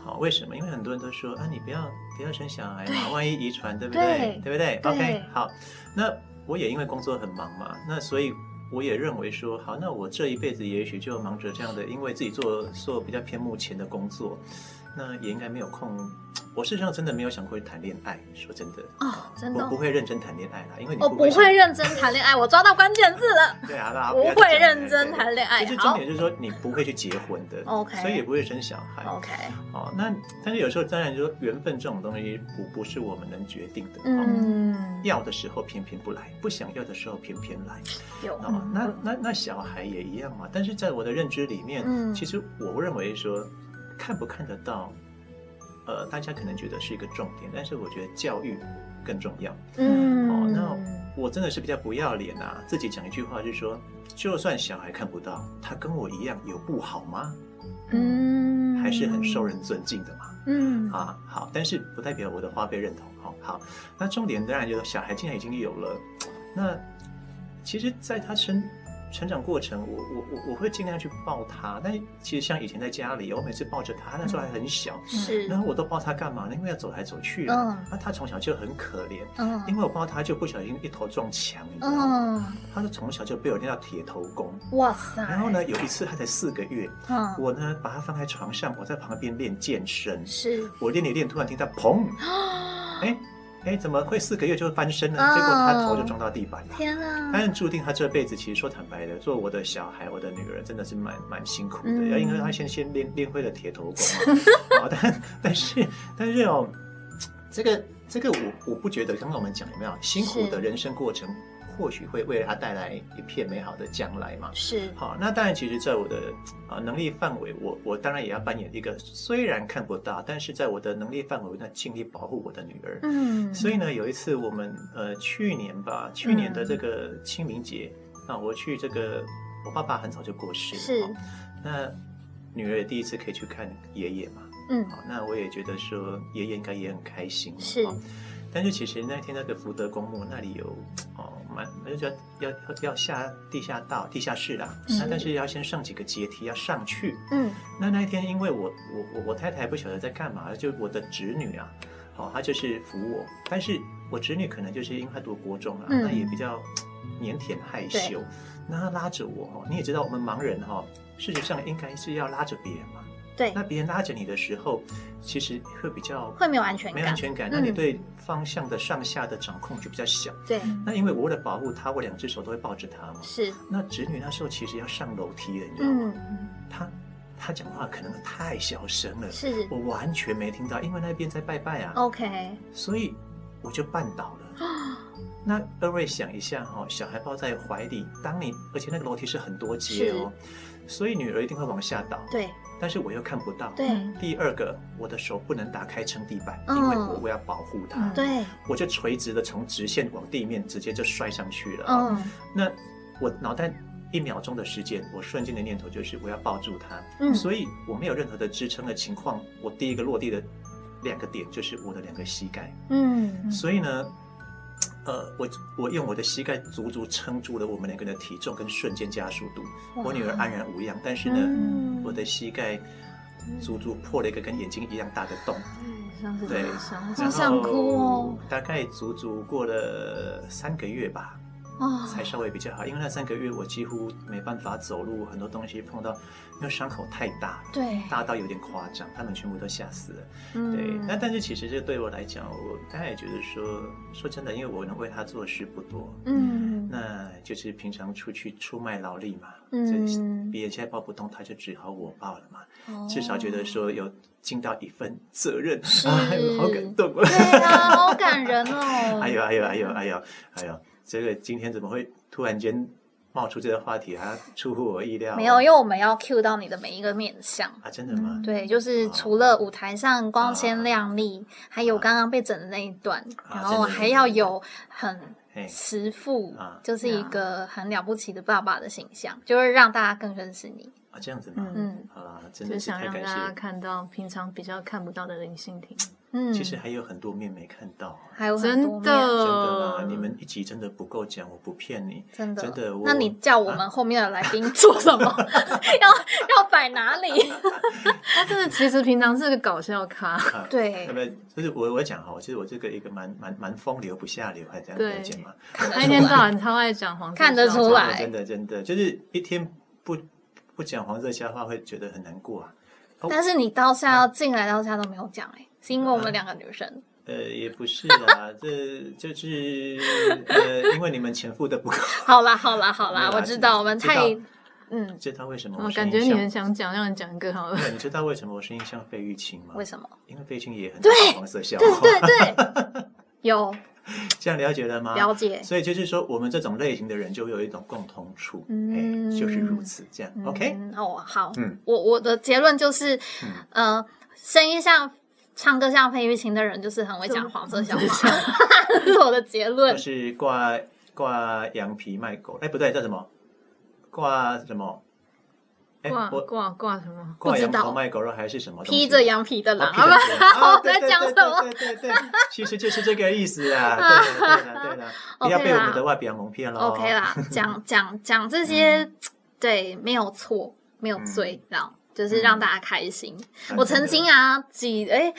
[SPEAKER 3] 好、为什么？因为很多人都说啊，你不要不要生小孩嘛，万一遗传，对不对？对不对
[SPEAKER 1] 对
[SPEAKER 3] o k 好，那我也因为工作很忙嘛，那所以。我也认为说，好，那我这一辈子也许就忙着这样的，因为自己做做比较偏目前的工作，那也应该没有空。我事实上真的没有想过去谈恋爱，说真的，
[SPEAKER 1] 哦，真的
[SPEAKER 3] 我
[SPEAKER 1] 哦、
[SPEAKER 3] 不会认真谈恋爱啦，因为你
[SPEAKER 1] 我
[SPEAKER 3] 不
[SPEAKER 1] 哦不
[SPEAKER 3] 想
[SPEAKER 1] 会认真谈恋爱，我抓到关键字了，
[SPEAKER 3] 对啊，大家
[SPEAKER 1] 不
[SPEAKER 3] 要
[SPEAKER 1] 会
[SPEAKER 3] 再讲了
[SPEAKER 1] 认真谈恋爱
[SPEAKER 3] 对对就
[SPEAKER 1] 好
[SPEAKER 3] 重点就是说你不会去结婚的
[SPEAKER 1] OK
[SPEAKER 3] 所以也不会生小孩。
[SPEAKER 1] OK，
[SPEAKER 3] 哦，那但是有时候当然就缘分这种东西不不是我们能决定的。哦
[SPEAKER 1] 嗯，
[SPEAKER 3] 要的时候偏偏不来，不想要的时候偏偏来。
[SPEAKER 1] 有，
[SPEAKER 3] 哦，那那那小孩也一样嘛。但是在我的认知里面，
[SPEAKER 1] 嗯
[SPEAKER 3] 其实我认为说看不看得到，呃，大家可能觉得是一个重点，但是我觉得教育更重要。哦，那我真的是比较不要脸啊！自己讲一句话就是说，就算小孩看不到，他跟我一样有不好吗？
[SPEAKER 1] 嗯，
[SPEAKER 3] 还是很受人尊敬的嘛。
[SPEAKER 1] 嗯
[SPEAKER 3] 啊，好，但是不代表我的话被认同。好、好，那重点当然就是小孩既然已经有了，那其实在他生成长过程，我我我我会尽量去抱他。但是其实像以前在家里，我每次抱着他，那时候还很小，
[SPEAKER 1] 嗯是，
[SPEAKER 3] 然后我都抱他干嘛呢？因为要走来走去啊
[SPEAKER 1] 嗯。
[SPEAKER 3] 那、他从小就很可怜。因
[SPEAKER 1] 嗯
[SPEAKER 3] 为我抱他就不小心一头撞墙，你知道吗？
[SPEAKER 1] 嗯，
[SPEAKER 3] 他是从小就被我练到铁头功。
[SPEAKER 1] 哇塞，
[SPEAKER 3] 然后呢，有一次他才四个月，
[SPEAKER 1] 嗯，
[SPEAKER 3] 我呢把他放在床上，我在旁边练健身。
[SPEAKER 1] 是
[SPEAKER 3] 我练一练，突然听到砰，
[SPEAKER 1] 啊，
[SPEAKER 3] 哎哎，怎么会四个月就翻身呢？
[SPEAKER 1] 哦
[SPEAKER 3] 结果他头就撞到地板了。
[SPEAKER 1] 天啊，
[SPEAKER 3] 但注定他这辈子，其实说坦白的，做我的小孩、我的女儿，真的是蛮蛮辛苦的。
[SPEAKER 1] 嗯
[SPEAKER 3] 要因为他先先练练会了铁头功嘛、 [laughs] 啊，但但是但是哦，这个这个我我不觉得，刚刚我们讲有没有辛苦
[SPEAKER 1] 是
[SPEAKER 3] 的人生过程，或许会为他带来一片美好的将来嘛。
[SPEAKER 1] 是，
[SPEAKER 3] 好，那当然，其实，在我的啊、能力范围，我我当然也要扮演一个虽然看不到，但是在我的能力范围内尽力保护我的女儿。
[SPEAKER 1] 嗯，
[SPEAKER 3] 所以呢，有一次我们呃去年吧，去年的这个
[SPEAKER 1] 嗯
[SPEAKER 3] 清明节，啊，我去这个我爸爸很早就过世了，
[SPEAKER 1] 是
[SPEAKER 3] 哦那女儿也第一次可以去看爷爷嘛，
[SPEAKER 1] 嗯
[SPEAKER 3] 好，那我也觉得说爷爷应该也很开心嘛，
[SPEAKER 1] 是
[SPEAKER 3] 哦但是其实那天那个福德公墓那里有哦，蛮那就要要要下地下道、地下室啦。那但是要先上几个阶梯，要上去。
[SPEAKER 1] 嗯
[SPEAKER 3] 那那一天，因为我我我我太太不晓得在干嘛，就我的侄女啊，哦，她就是扶我，但是我侄女可能就是因为她读国中啊，
[SPEAKER 1] 嗯
[SPEAKER 3] 那也比较腼腆害羞，那她拉着我哦，你也知道我们盲人哈、哦，事实上应该是要拉着别人嘛，
[SPEAKER 1] 对
[SPEAKER 3] 那，别人拉着你的时候，其实会比较
[SPEAKER 1] 会没有安全
[SPEAKER 3] 没安
[SPEAKER 1] 感，
[SPEAKER 3] 全感，
[SPEAKER 1] 嗯
[SPEAKER 3] 那你对方向的上下的掌控就比较小。
[SPEAKER 1] 对，
[SPEAKER 3] 那因为我为了保护她，我两只手都会抱着她嘛。
[SPEAKER 1] 是，
[SPEAKER 3] 那侄女那时候其实要上楼梯了，你知道吗？
[SPEAKER 1] 嗯
[SPEAKER 3] 她她讲话可能太小声了，
[SPEAKER 1] 是
[SPEAKER 3] 我完全没听到，因为那边在拜拜
[SPEAKER 1] 哦
[SPEAKER 3] 啊，
[SPEAKER 1] ，OK，
[SPEAKER 3] 所以我就绊倒了。
[SPEAKER 1] [gasps]
[SPEAKER 3] 那二位想一下哈、哦，小孩抱在怀里，当你而且那个楼梯是很多阶哦，所以女儿一定会往下倒，
[SPEAKER 1] 对
[SPEAKER 3] 但是我又看不到。
[SPEAKER 1] 对
[SPEAKER 3] 第二个，我的手不能打开撑地板，
[SPEAKER 1] 嗯
[SPEAKER 3] 因为我我要保护它。
[SPEAKER 2] 嗯
[SPEAKER 1] 对，
[SPEAKER 3] 我就垂直的从直线往地面直接就摔上去了。啊
[SPEAKER 1] 嗯
[SPEAKER 3] 那我脑袋一秒钟的时间，我瞬间的念头就是我要抱住他，
[SPEAKER 1] 嗯
[SPEAKER 3] 所以我没有任何的支撑的情况，我第一个落地的两个点就是我的两个膝盖，
[SPEAKER 2] 嗯，
[SPEAKER 3] 所以呢，呃，我我用我的膝盖足足撑住了我们两个人的体重跟瞬间加速度。我女儿安然无恙，但是呢，
[SPEAKER 2] 嗯
[SPEAKER 3] 我的膝盖足足破了一个跟眼睛一样大的洞，
[SPEAKER 2] 像是
[SPEAKER 3] 对
[SPEAKER 2] 想
[SPEAKER 3] 然
[SPEAKER 1] 好
[SPEAKER 2] 想
[SPEAKER 1] 想哭哦
[SPEAKER 3] 后大概足足过了三个月吧，
[SPEAKER 1] 哦，
[SPEAKER 3] 才稍微比较好，因为那三个月我几乎没办法走路，很多东西碰到，因为伤口太大了，
[SPEAKER 1] 对，
[SPEAKER 3] 大到有点夸张，他们全部都吓死了。对，那但是其实这对我来讲，我大概也觉得说，说真的，因为我能为他做的事不多，
[SPEAKER 2] 嗯
[SPEAKER 3] 那就是平常出去出卖劳力嘛，
[SPEAKER 2] 嗯
[SPEAKER 3] 这别人现在抱不动，他就只好我抱了嘛，
[SPEAKER 1] 哦
[SPEAKER 3] 至少觉得说有尽到一份责任 [laughs] 啊，好感动啊！
[SPEAKER 1] 对啊，好感人哦。
[SPEAKER 3] [laughs] 哎呦哎呦哎呦哎呦哎呦，这个今天怎么会突然间冒出这个话题啊？出乎我意料啊、
[SPEAKER 1] 没有，因为我们要 cue 到你的每一个面相。
[SPEAKER 3] 啊，真的吗？
[SPEAKER 1] 对，就是除了舞台上光鲜亮丽，还有刚刚被整的那一段，
[SPEAKER 3] 啊
[SPEAKER 1] 然后还要有很
[SPEAKER 3] 嘿，
[SPEAKER 1] 慈父
[SPEAKER 3] 啊，
[SPEAKER 1] 就是一个很了不起的爸爸的形象，就是让大家更认识你。
[SPEAKER 3] 啊，这样子吗？
[SPEAKER 2] 嗯
[SPEAKER 1] 嗯
[SPEAKER 3] 好啦，真
[SPEAKER 2] 就
[SPEAKER 3] 的是
[SPEAKER 2] 想
[SPEAKER 3] 太
[SPEAKER 2] 让
[SPEAKER 3] 感
[SPEAKER 2] 大
[SPEAKER 3] 谢
[SPEAKER 2] 家
[SPEAKER 3] 了。
[SPEAKER 2] 看到平常比较看不到的林心婷，
[SPEAKER 1] 嗯，
[SPEAKER 3] 其实还有很多面没看到啊、
[SPEAKER 1] 还有很多面
[SPEAKER 2] 真
[SPEAKER 3] 真的
[SPEAKER 2] 的
[SPEAKER 3] 啦，，你们一集真的不够讲，我不骗你。
[SPEAKER 1] 真的，
[SPEAKER 3] 真的我啊
[SPEAKER 1] 那你叫我们后面的来宾做什
[SPEAKER 3] [laughs]
[SPEAKER 1] 么？要要摆哪里？
[SPEAKER 2] 他真的其实平常是个搞笑咖，
[SPEAKER 3] 啊，
[SPEAKER 1] [laughs] 对
[SPEAKER 3] 那，么就是我我讲哈，其实我这个一个蛮蛮蛮风流不下流，还这样
[SPEAKER 2] 对
[SPEAKER 3] 了解吗？
[SPEAKER 2] 他一天到晚超爱讲黄色
[SPEAKER 1] 看得
[SPEAKER 2] 笑
[SPEAKER 1] 出
[SPEAKER 2] 话
[SPEAKER 1] 来
[SPEAKER 3] 真的真的真的，就是一天不不讲黄色笑话，会觉得很难过啊。
[SPEAKER 1] 但是你到现在要进来到现在都没有讲哎、是因为我们两个女生。
[SPEAKER 3] 呃，也不是啊，这就是呃，因为你们钱付的不够， [laughs]
[SPEAKER 1] 好啦好啦好
[SPEAKER 3] 啊没
[SPEAKER 1] 啦
[SPEAKER 3] 有，啦
[SPEAKER 1] 我知道
[SPEAKER 3] 知
[SPEAKER 1] 我们
[SPEAKER 3] 知
[SPEAKER 1] 太
[SPEAKER 3] 道
[SPEAKER 1] 嗯，
[SPEAKER 3] 知道为什么
[SPEAKER 2] 我
[SPEAKER 3] 我声
[SPEAKER 2] 哦感
[SPEAKER 3] 音
[SPEAKER 2] 觉你
[SPEAKER 3] 像
[SPEAKER 2] 很想讲，让你讲一个好了。
[SPEAKER 3] 对你知道为什么我声音像费玉清吗？
[SPEAKER 1] 为什么？
[SPEAKER 3] 因为费玉清也很讲黄色笑话，
[SPEAKER 1] 对对，
[SPEAKER 3] [laughs]
[SPEAKER 1] 有
[SPEAKER 3] 这样了解了吗？
[SPEAKER 1] 了解，
[SPEAKER 3] 所以就是说，我们这种类型的人就会有一种共同处，
[SPEAKER 2] 嗯
[SPEAKER 3] 哎，就是如此，这样、OK。
[SPEAKER 1] 嗯哦好，
[SPEAKER 3] 嗯
[SPEAKER 1] 我我的结论就是
[SPEAKER 3] 嗯，
[SPEAKER 1] 呃，声音像唱歌像费玉清的人，就是很会讲黄色笑话，这是 [laughs] 我的结论
[SPEAKER 3] 就。是挂挂羊皮卖狗，哎，不对，叫什么？挂什么？哎，
[SPEAKER 2] 挂
[SPEAKER 3] 我
[SPEAKER 2] 挂挂什么？
[SPEAKER 3] 挂羊
[SPEAKER 1] 不知
[SPEAKER 3] 头
[SPEAKER 1] 道
[SPEAKER 3] 卖狗肉还是什么东西？
[SPEAKER 1] 披着羊皮的
[SPEAKER 3] 哦
[SPEAKER 1] 狼，
[SPEAKER 3] 披着
[SPEAKER 1] 好吧
[SPEAKER 3] 羊皮啊
[SPEAKER 1] 我在
[SPEAKER 3] 对对
[SPEAKER 1] 讲
[SPEAKER 3] 对
[SPEAKER 1] 什么？
[SPEAKER 3] 对对对，对其实就是这个意
[SPEAKER 1] [laughs]
[SPEAKER 3] 思啊！对了对了对了，不要
[SPEAKER 1] OK
[SPEAKER 3] 被我们
[SPEAKER 1] 啦
[SPEAKER 3] 的外表蒙骗喽。
[SPEAKER 1] OK 啦，
[SPEAKER 3] 哦 [laughs]
[SPEAKER 1] 讲讲讲这些，
[SPEAKER 3] 嗯
[SPEAKER 1] 对，没有错，没有罪，然后就是让大家开心。
[SPEAKER 3] 嗯
[SPEAKER 1] 我曾经啊，几哎。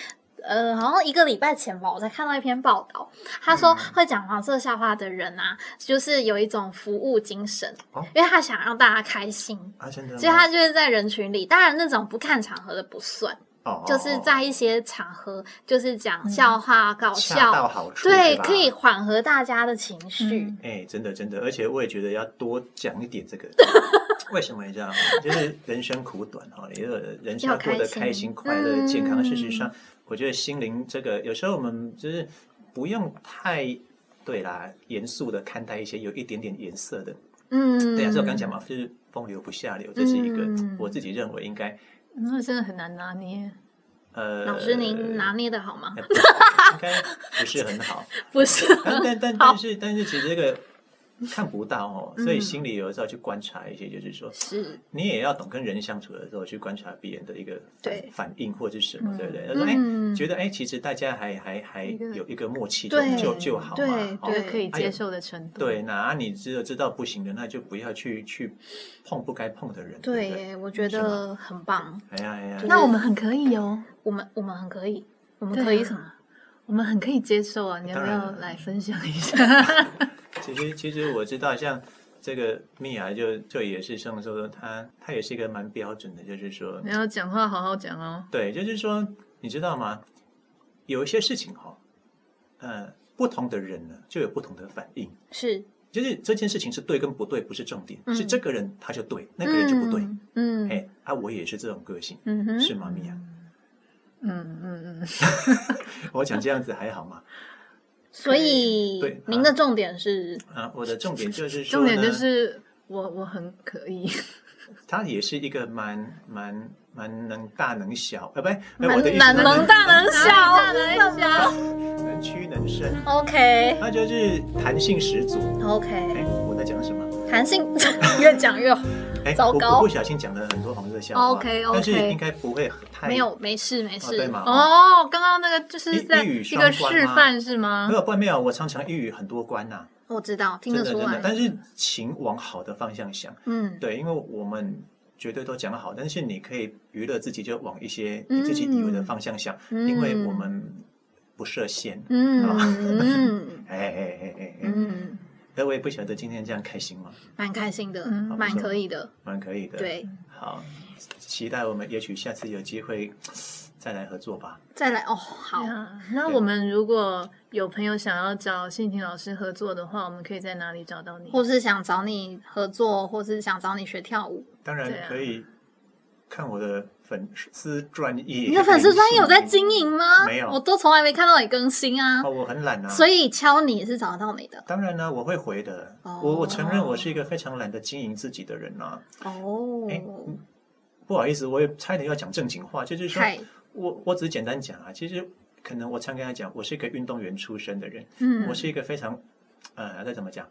[SPEAKER 1] 呃，好像一个礼拜前吧，我才看到一篇报道，他
[SPEAKER 3] 嗯
[SPEAKER 1] 说会讲黄色笑话的人啊，就是有一种服务精神，
[SPEAKER 3] 哦
[SPEAKER 1] 因为他想让大家开心，
[SPEAKER 3] 啊，真的吗，
[SPEAKER 1] 所以他就是在人群里。当然，那种不看场合的不算，
[SPEAKER 3] 哦
[SPEAKER 1] 就是在一些场合，就是讲笑话、搞
[SPEAKER 3] 嗯恰到
[SPEAKER 1] 笑，
[SPEAKER 3] 好处，
[SPEAKER 1] 对，
[SPEAKER 3] 吧
[SPEAKER 1] 可以缓和大家的情绪。
[SPEAKER 2] 嗯
[SPEAKER 3] 哎，真的真的，而且我也觉得要多讲一点这个。为什么你知道吗？ [laughs] 就是人生苦短哈，也有人生要过得
[SPEAKER 1] 要开心嗯
[SPEAKER 3] 开心、快乐、健康。事实上，我觉得心灵这个，有时候我们就是不用太对啦，严肃的看待一些有一点点颜色的。
[SPEAKER 1] 嗯，
[SPEAKER 3] 对啊，所以我刚讲嘛，就是风流不下流，这是一个
[SPEAKER 2] 嗯
[SPEAKER 3] 我自己认为应该
[SPEAKER 2] 那真的很难拿捏。
[SPEAKER 3] 呃，
[SPEAKER 1] 老师，您拿捏的好吗？
[SPEAKER 3] 哎不是应该不是
[SPEAKER 1] [laughs]
[SPEAKER 3] 很好。
[SPEAKER 1] 不是，
[SPEAKER 3] 但但但但是但是，其实这个看不到哦，所以
[SPEAKER 1] 嗯
[SPEAKER 3] 心里有的时候去观察一些，就是说，
[SPEAKER 1] 是
[SPEAKER 3] 你也要懂跟人相处的时候去观察别人的一个
[SPEAKER 1] 对
[SPEAKER 3] 反应或者是什么，
[SPEAKER 2] 嗯
[SPEAKER 3] 对不对？他说，哎，
[SPEAKER 1] 嗯
[SPEAKER 3] 觉得哎，其实大家还还还
[SPEAKER 2] 一个
[SPEAKER 3] 有一个默契就
[SPEAKER 1] 对
[SPEAKER 3] 就就好嘛
[SPEAKER 1] 对，
[SPEAKER 3] 哦
[SPEAKER 1] 对
[SPEAKER 2] 可以接受的程度。
[SPEAKER 3] 对，那啊你知道知道不行的，那就不要去去碰不该碰的人，
[SPEAKER 1] 对
[SPEAKER 3] 对不对？
[SPEAKER 1] 耶，我觉得很棒。
[SPEAKER 3] 哎呀哎呀，
[SPEAKER 2] 那我们很可以哦，
[SPEAKER 1] 我们我们很可以，我们
[SPEAKER 2] 对啊
[SPEAKER 1] 可以什么？
[SPEAKER 2] 我们很可以接受啊。你要不
[SPEAKER 3] 当
[SPEAKER 2] 要
[SPEAKER 3] 然
[SPEAKER 2] 来分享一下？
[SPEAKER 3] 其实其实我知道，像这个蜜娅就就也是像说她她也是一个蛮标准的，就是说，
[SPEAKER 2] [laughs] 你要讲话好好讲哦。
[SPEAKER 3] 对，就是说，你知道吗？有一些事情哈、呃，不同的人呢就有不同的反应。
[SPEAKER 1] 是，
[SPEAKER 3] 就是这件事情是对跟不对不是重点，
[SPEAKER 1] 嗯
[SPEAKER 3] 是这个人他就对，那个人就不对。
[SPEAKER 1] 嗯
[SPEAKER 3] 哎、啊，我也是这种个性，
[SPEAKER 1] 嗯哼，
[SPEAKER 3] 是吗，米娅？
[SPEAKER 2] 嗯嗯嗯，
[SPEAKER 3] 我讲这样子还好吗？
[SPEAKER 1] 所以
[SPEAKER 3] 对
[SPEAKER 1] 您的重点是
[SPEAKER 3] 啊，我的重点就是说
[SPEAKER 2] 重
[SPEAKER 3] 呢，
[SPEAKER 2] 点就是我我很可 [laughs] 以，
[SPEAKER 3] 他也是一个蛮蛮蛮能大能小，呃，不，哎
[SPEAKER 1] 蛮
[SPEAKER 3] 我的意思
[SPEAKER 1] 蛮
[SPEAKER 3] 是
[SPEAKER 1] 能大能小，
[SPEAKER 2] 大能
[SPEAKER 1] 能小。
[SPEAKER 3] 能屈能伸，
[SPEAKER 1] OK
[SPEAKER 3] 他就是弹性十足。哎
[SPEAKER 1] OK，
[SPEAKER 3] 哎，我在讲什么？
[SPEAKER 1] 弹性 [laughs] 越讲越好
[SPEAKER 3] 哎，
[SPEAKER 1] 糟
[SPEAKER 3] 我
[SPEAKER 1] 糕
[SPEAKER 3] 我不小心讲了很多红色笑话
[SPEAKER 1] OK，OK
[SPEAKER 3] 但是应该不会太
[SPEAKER 1] 没有，没事没事
[SPEAKER 3] 哦对嘛
[SPEAKER 2] 哦，刚刚那个就是
[SPEAKER 3] 一
[SPEAKER 2] 在
[SPEAKER 3] 一语
[SPEAKER 2] 一个
[SPEAKER 3] 双关
[SPEAKER 2] 示
[SPEAKER 3] 吗
[SPEAKER 2] 范是吗
[SPEAKER 3] 没？有，不然没有。我常常一语很多关呐、
[SPEAKER 1] 我知道，听
[SPEAKER 3] 真
[SPEAKER 1] 得
[SPEAKER 3] 的
[SPEAKER 1] 出
[SPEAKER 3] 真的。
[SPEAKER 1] 来。
[SPEAKER 3] 但是请往好的方向想，
[SPEAKER 1] 嗯，
[SPEAKER 3] 对，因为我们绝对都讲得好，但是你可以娱乐自己，就往一些
[SPEAKER 1] 嗯
[SPEAKER 3] 你自己以为的方向想，因为我们不设 [laughs] 限。
[SPEAKER 1] 嗯
[SPEAKER 3] 啊
[SPEAKER 1] 嗯
[SPEAKER 3] 哎哎哎哎哎，
[SPEAKER 1] 嗯，
[SPEAKER 3] 各位不晓得今天这样开心吗？
[SPEAKER 1] 蛮开心的，
[SPEAKER 2] 嗯
[SPEAKER 1] 蛮可以的。
[SPEAKER 3] 蛮可以的。，
[SPEAKER 1] 对，
[SPEAKER 3] 好，期待我们也许下次有机会再来合作吧。
[SPEAKER 1] 再来哦，好，
[SPEAKER 3] 嗯
[SPEAKER 2] 啊那
[SPEAKER 3] 对
[SPEAKER 2] 我们如果有朋友想要找信婷老师合作的话，我们可以在哪里找到你？
[SPEAKER 1] 或是想找你合作，或是想找你学跳舞。
[SPEAKER 3] 当然
[SPEAKER 2] 对啊
[SPEAKER 3] 可以看我的粉丝专业，
[SPEAKER 1] 你的粉丝专业有在经营吗？
[SPEAKER 3] 没有
[SPEAKER 1] 我都从来没看到你更新啊
[SPEAKER 3] 啊，。我很懒啊，
[SPEAKER 1] 所
[SPEAKER 3] 以
[SPEAKER 1] 以敲你是找得到你的
[SPEAKER 3] 当然呢、我会回的。
[SPEAKER 1] 哦
[SPEAKER 3] 我我承认我是一个非常懒得经营自己的人啊。
[SPEAKER 1] 哦。
[SPEAKER 3] 哎、不好意思，我也差一点要讲正经话，就是说
[SPEAKER 1] 嗨，
[SPEAKER 3] 我我只是简单讲啊，其实可能我常跟他讲，我是一个运动员出身的人，
[SPEAKER 2] 嗯
[SPEAKER 3] 我是一个非常呃，该怎么讲？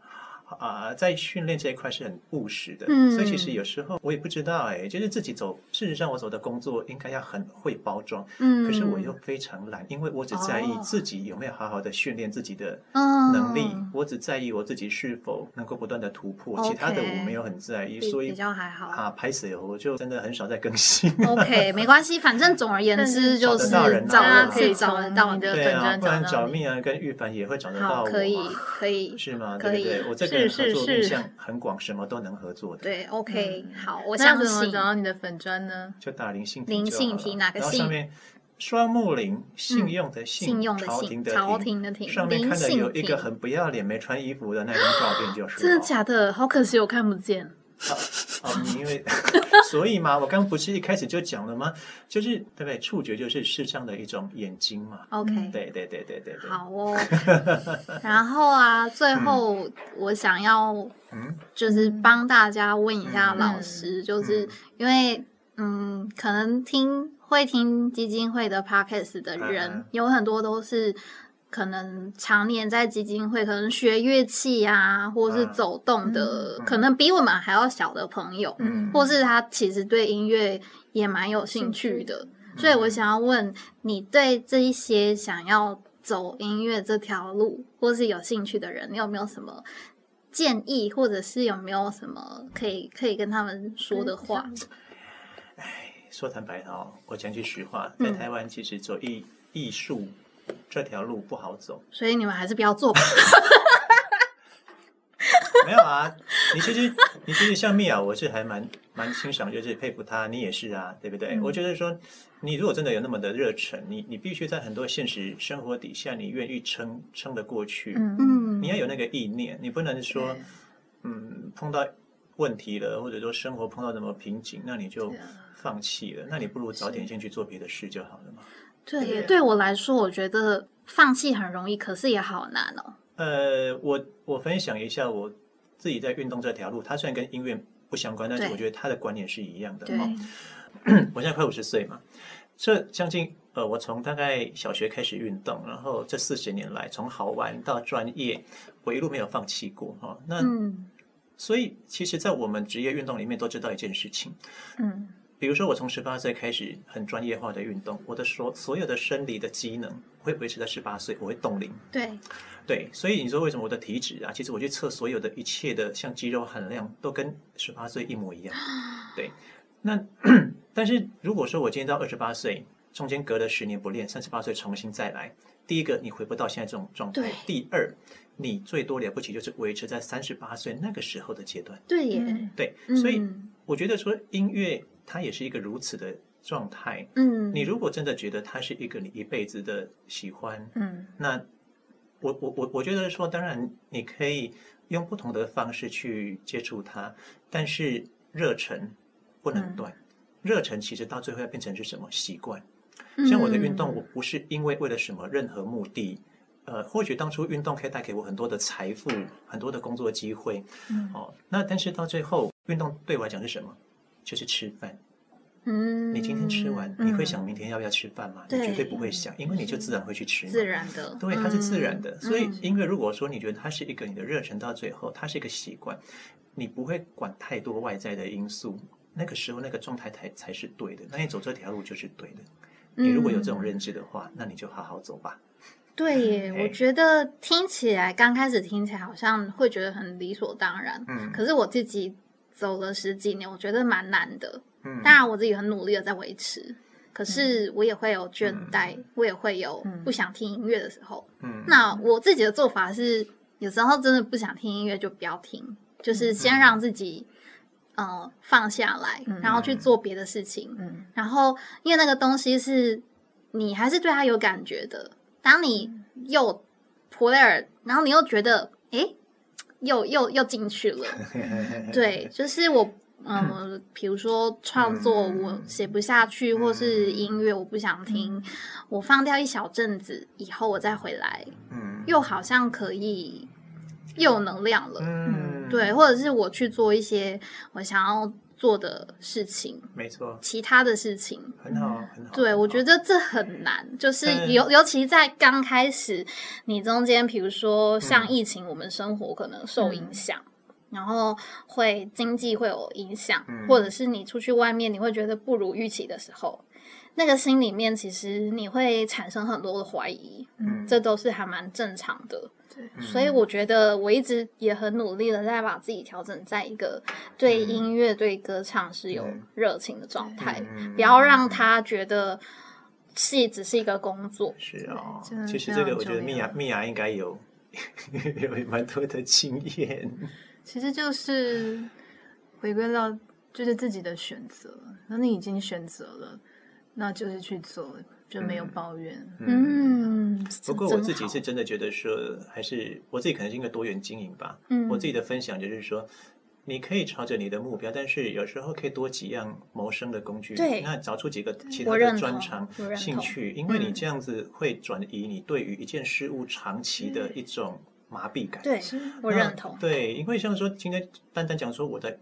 [SPEAKER 3] 啊、在训练这一块是很务实的，
[SPEAKER 1] 嗯
[SPEAKER 3] 所以其实有时候我也不知道哎、就是自己走。事实上，我走的工作应该要很会包装，
[SPEAKER 1] 嗯，
[SPEAKER 3] 可是我又非常懒，因为我只在意
[SPEAKER 1] 哦嗯
[SPEAKER 3] 自己有没有好好的训练自己的能
[SPEAKER 1] 能
[SPEAKER 3] 力，我只在意我自己是否能够不断的突破，其他的
[SPEAKER 1] OK
[SPEAKER 3] 我没有很在意，
[SPEAKER 1] 比
[SPEAKER 3] 所
[SPEAKER 1] 比
[SPEAKER 3] 以
[SPEAKER 1] 较哦还好。
[SPEAKER 3] 啊，拍谁我就真的很少在更新。
[SPEAKER 1] OK，没关系，反正总而言之就是
[SPEAKER 3] 找得到人啊
[SPEAKER 1] 找
[SPEAKER 3] 大
[SPEAKER 2] 大
[SPEAKER 3] 家
[SPEAKER 2] 家
[SPEAKER 1] 得
[SPEAKER 2] 可
[SPEAKER 1] 是
[SPEAKER 2] 以找
[SPEAKER 1] 找
[SPEAKER 2] 得
[SPEAKER 1] 得
[SPEAKER 2] 到
[SPEAKER 1] 到
[SPEAKER 2] 你
[SPEAKER 1] 的。
[SPEAKER 2] 的
[SPEAKER 3] [laughs] 对
[SPEAKER 2] 粉
[SPEAKER 3] 啊，
[SPEAKER 2] 专
[SPEAKER 3] 不然
[SPEAKER 2] 找
[SPEAKER 3] 找
[SPEAKER 2] 到你。
[SPEAKER 3] 蜜啊跟玉凡也会找得到
[SPEAKER 1] 好，
[SPEAKER 3] 我啊嘛，
[SPEAKER 1] 可以，可以，
[SPEAKER 3] 是吗？
[SPEAKER 1] 可
[SPEAKER 3] 对
[SPEAKER 1] 以
[SPEAKER 3] 不对？我这个人合
[SPEAKER 2] 是
[SPEAKER 3] 作
[SPEAKER 2] 是
[SPEAKER 3] 面向很广，什么都能合作的。
[SPEAKER 1] 对，OK，好，
[SPEAKER 3] 嗯
[SPEAKER 1] 我
[SPEAKER 2] 我
[SPEAKER 1] 相
[SPEAKER 2] 想怎么
[SPEAKER 1] 信
[SPEAKER 2] 找。到你的粉专呢？
[SPEAKER 3] 就打林信
[SPEAKER 1] 林
[SPEAKER 3] 就好
[SPEAKER 1] 信
[SPEAKER 3] 了
[SPEAKER 1] 题哪个
[SPEAKER 3] 然后
[SPEAKER 1] 信
[SPEAKER 3] 上面双木林，信用的信，
[SPEAKER 1] 信用的
[SPEAKER 3] 朝廷
[SPEAKER 1] 信，
[SPEAKER 3] 的
[SPEAKER 1] 朝廷的廷，
[SPEAKER 3] 上面
[SPEAKER 1] 林
[SPEAKER 3] 看的
[SPEAKER 1] 信
[SPEAKER 3] 有一个
[SPEAKER 1] 廷
[SPEAKER 3] 很不要脸没穿衣服的那张照
[SPEAKER 1] 啊
[SPEAKER 3] 片，就是
[SPEAKER 2] 真
[SPEAKER 3] 我
[SPEAKER 2] 的假的？好可惜，我看不见。
[SPEAKER 3] 哦，
[SPEAKER 1] [laughs]
[SPEAKER 3] 因为所以嘛，我刚不是一开始就讲了吗？就是对不对？触觉就是视障的一种眼睛嘛。
[SPEAKER 1] OK，
[SPEAKER 3] 嗯对对对对对对。
[SPEAKER 1] 好
[SPEAKER 3] [laughs]
[SPEAKER 1] 哦。然后啊，最后我想要
[SPEAKER 3] 嗯，
[SPEAKER 1] 就是帮大家问一下
[SPEAKER 3] 嗯
[SPEAKER 1] 老师，就是
[SPEAKER 3] 嗯
[SPEAKER 1] 因为嗯，可能听会听基金会的 podcast 的人，
[SPEAKER 3] 嗯嗯
[SPEAKER 1] 有很多都是可能常年在基金会，可能学乐器啊，或是
[SPEAKER 3] 嗯
[SPEAKER 1] 走动的，
[SPEAKER 3] 嗯
[SPEAKER 1] 可能比我们还要小的朋友，
[SPEAKER 3] 嗯
[SPEAKER 1] 或是他其实对音乐也蛮有兴趣的。所以我想要问你，对这一些想要走音乐这条路，或是有兴趣的人，你有没有什么建议，或者是有没有什么可以可以跟他们说的话？
[SPEAKER 3] 说坦白的哦，我讲句实话，在
[SPEAKER 1] 嗯
[SPEAKER 3] 台湾其实走艺艺术这条路不好走。
[SPEAKER 1] 所以你们还是不要
[SPEAKER 3] [coughs]
[SPEAKER 1] 做吧。
[SPEAKER 3] [laughs] 没有啊，你其实你其实像蜜雅，我是还蛮蛮欣赏，就是佩服她，你也是啊，对不对？我觉得说，你如果真的有那么的热忱，你你必须在很多现实生活底下，你愿意撑撑得过去。
[SPEAKER 2] 嗯，
[SPEAKER 1] 嗯
[SPEAKER 3] 你要有那个意念，你不能说，嗯，碰到问题了，或者说生活碰到什么瓶颈，那你就
[SPEAKER 2] 对啊
[SPEAKER 3] 放弃了。那你不如早点先去做别的事就好了嘛。
[SPEAKER 1] 对
[SPEAKER 2] 对
[SPEAKER 1] 耶，
[SPEAKER 2] 啊
[SPEAKER 1] 对我来说，我觉得放弃很容易，可是也好难哦。
[SPEAKER 3] 呃，我我分享一下我自己在运动这条路，它虽然跟音乐不相关，但是
[SPEAKER 1] 对
[SPEAKER 3] 我觉得它的观念是一样的。
[SPEAKER 1] 对，
[SPEAKER 3] 哦我现在快五十岁嘛，这将近呃，我从大概小学开始运动，然后这四十年来，从好玩到专业，我一路没有放弃过哈、哦。那、
[SPEAKER 1] 嗯
[SPEAKER 3] 所以，其实，在我们职业运动里面都知道一件事情，
[SPEAKER 2] 嗯，
[SPEAKER 3] 比如说我从十八岁开始很专业化的运动，我的所所有的生理的机能会维持在十八岁，我会冻龄。
[SPEAKER 1] 对，
[SPEAKER 3] 对，所以你说为什么我的体脂啊？其实我去测所有的一切的像肌肉含量都跟十八岁一模一样。
[SPEAKER 1] 啊
[SPEAKER 3] 对，那 [clears throat] 但是如果说我今天到二十八岁，中间隔了十年不练，三十八岁重新再来，第一个你回不到现在这种状态
[SPEAKER 1] 对，
[SPEAKER 3] 第二你最多了不起就是维持在三十八岁那个时候的阶段。
[SPEAKER 1] 对耶，
[SPEAKER 2] 嗯
[SPEAKER 3] 对，
[SPEAKER 1] 嗯
[SPEAKER 3] 所以我觉得说音乐它也是一个如此的状态。
[SPEAKER 1] 嗯，
[SPEAKER 3] 你如果真的觉得它是一个你一辈子的喜欢，
[SPEAKER 2] 嗯，
[SPEAKER 3] 那我我我我觉得说，当然你可以用不同的方式去接触它，但是热忱不
[SPEAKER 2] 嗯
[SPEAKER 3] 能断。热忱其实到最后要变成是什么习惯？
[SPEAKER 2] 嗯
[SPEAKER 3] 像我的运动，我不是因为为了什么任何目的。呃，或许当初运动可以带给我很多的财富，很多的工作机会，
[SPEAKER 2] 嗯
[SPEAKER 3] 哦，那但是到最后，运动对我来讲是什么？就是吃饭。
[SPEAKER 1] 嗯，
[SPEAKER 3] 你今天吃完，
[SPEAKER 2] 嗯
[SPEAKER 3] 你会想明天要不要吃饭吗？你
[SPEAKER 1] 对
[SPEAKER 3] 绝对不会想，因为你就自然会去吃嘛。
[SPEAKER 1] 嗯自然的，
[SPEAKER 3] 对，它是自然的。
[SPEAKER 1] 嗯
[SPEAKER 3] 所以
[SPEAKER 1] 嗯
[SPEAKER 3] 音乐，如果说你觉得它是一个你的热忱，到最后它是一个习惯，你不会管太多外在的因素，那个时候那个状态才才是对的，那你走这条路就是对的。你如果有
[SPEAKER 1] 嗯
[SPEAKER 3] 这种认知的话，那你就好好走吧。
[SPEAKER 1] 对耶，
[SPEAKER 3] 哎
[SPEAKER 1] 我觉得听起来刚开始听起来好像会觉得很理所当然，
[SPEAKER 3] 嗯
[SPEAKER 1] 可是我自己走了十几年，我觉得蛮难的。
[SPEAKER 3] 嗯，
[SPEAKER 1] 当然我自己很努力的在维持，可是我也会有倦怠，我也会有
[SPEAKER 2] 嗯
[SPEAKER 1] 不想听音乐的时候。
[SPEAKER 3] 嗯
[SPEAKER 1] 那我自己的做法是，有时候真的不想听音乐就不要听，就是先让自己。呃，放下来，
[SPEAKER 2] 嗯
[SPEAKER 1] 然后去做别的事情。
[SPEAKER 2] 嗯
[SPEAKER 1] 然后因为那个东西是你还是对它有感觉的，当你又普雷尔，然后你又觉得诶，又又又进去了，对，就是我。嗯，比如说创作，
[SPEAKER 3] 嗯
[SPEAKER 1] 我写不下去，或是音乐我不想听，我放掉一小阵子以后，我再回来，
[SPEAKER 3] 嗯
[SPEAKER 1] 又好像可以又有能量了。
[SPEAKER 3] 嗯
[SPEAKER 1] 对，，或者是我去做一些我想要做的事情，
[SPEAKER 3] 没错，
[SPEAKER 1] 其他的事情，
[SPEAKER 3] 很好很好。
[SPEAKER 1] 对，
[SPEAKER 3] 很
[SPEAKER 1] 我
[SPEAKER 3] 好
[SPEAKER 1] 觉得这很难，就是
[SPEAKER 3] 嗯
[SPEAKER 1] 尤尤其在刚开始，你中间，比如说像疫情，我们生活可能受影响，然后会经济会有影响，
[SPEAKER 3] 嗯
[SPEAKER 1] 或者是你出去外面，你会觉得不如预期的时候，那个心里面其实你会产生很多的怀疑，
[SPEAKER 3] 嗯
[SPEAKER 1] 这都是还蛮正常的。
[SPEAKER 3] 嗯
[SPEAKER 1] 所以我觉得我一直也很努力的在把自己调整在一个对音乐、对歌唱是有
[SPEAKER 3] 嗯
[SPEAKER 1] 热情的状态，
[SPEAKER 3] 嗯
[SPEAKER 1] 不要让他觉得是只是一个工作。
[SPEAKER 3] 是哦
[SPEAKER 2] 真的，
[SPEAKER 3] 其实
[SPEAKER 2] 非
[SPEAKER 3] 这个
[SPEAKER 2] 常
[SPEAKER 3] 我觉得
[SPEAKER 2] 重
[SPEAKER 3] 蜜
[SPEAKER 2] 要
[SPEAKER 3] 雅蜜雅应该有 [laughs] 有蛮多的经验。
[SPEAKER 2] 其实就是回归到就是自己的选择，那你已经选择了，那就是去做，就没有
[SPEAKER 3] 嗯
[SPEAKER 2] 抱怨。
[SPEAKER 1] 嗯，
[SPEAKER 3] 不过
[SPEAKER 1] 真
[SPEAKER 3] 我自己
[SPEAKER 1] 好
[SPEAKER 3] 是真的觉得说，还是我自己可能是一个多元经营吧。
[SPEAKER 1] 嗯
[SPEAKER 3] 我自己的分享就是说，你可以朝着你的目标，但是有时候可以多几样谋生的工具。
[SPEAKER 1] 对
[SPEAKER 3] 那找出几个其
[SPEAKER 1] 我
[SPEAKER 3] 他
[SPEAKER 1] 认同
[SPEAKER 3] 的专长
[SPEAKER 1] 我认、同
[SPEAKER 3] 兴趣，因为你
[SPEAKER 2] 嗯
[SPEAKER 3] 这样子会转移你对于一件事物长期
[SPEAKER 1] 嗯
[SPEAKER 3] 的一种麻痹感。
[SPEAKER 1] 对我
[SPEAKER 3] 那
[SPEAKER 1] 认同，
[SPEAKER 3] 对，因为像说今天单单讲说我在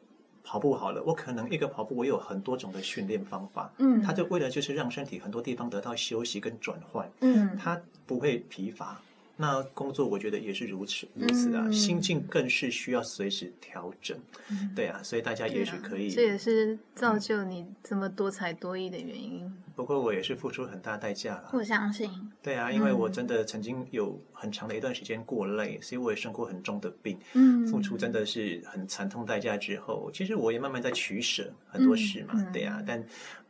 [SPEAKER 3] 跑步好了，我可能一个跑步我有很多种的训练方法，
[SPEAKER 1] 嗯
[SPEAKER 3] 它就为了就是让身体很多地方得到休息跟转换，
[SPEAKER 1] 嗯
[SPEAKER 3] 它不会疲乏。那工作我觉得也是如此如此啊，
[SPEAKER 1] 嗯
[SPEAKER 3] 心境更是需要随时调整。
[SPEAKER 2] 嗯
[SPEAKER 3] 对啊，所以大家
[SPEAKER 2] 对
[SPEAKER 3] 也
[SPEAKER 2] 啊
[SPEAKER 3] 许可以，
[SPEAKER 2] 这也是造就你这么多才多艺的原因。
[SPEAKER 3] 不过我也是付出很大代价了。
[SPEAKER 1] 我相信，
[SPEAKER 3] 对啊，因为
[SPEAKER 2] 嗯
[SPEAKER 3] 我真的曾经有很长的一段时间过累，所以我也生过很重的病。
[SPEAKER 1] 嗯，
[SPEAKER 3] 付出真的是很惨痛代价之后，其实我也慢慢在取舍很多事嘛，
[SPEAKER 2] 嗯嗯
[SPEAKER 3] 对呀、但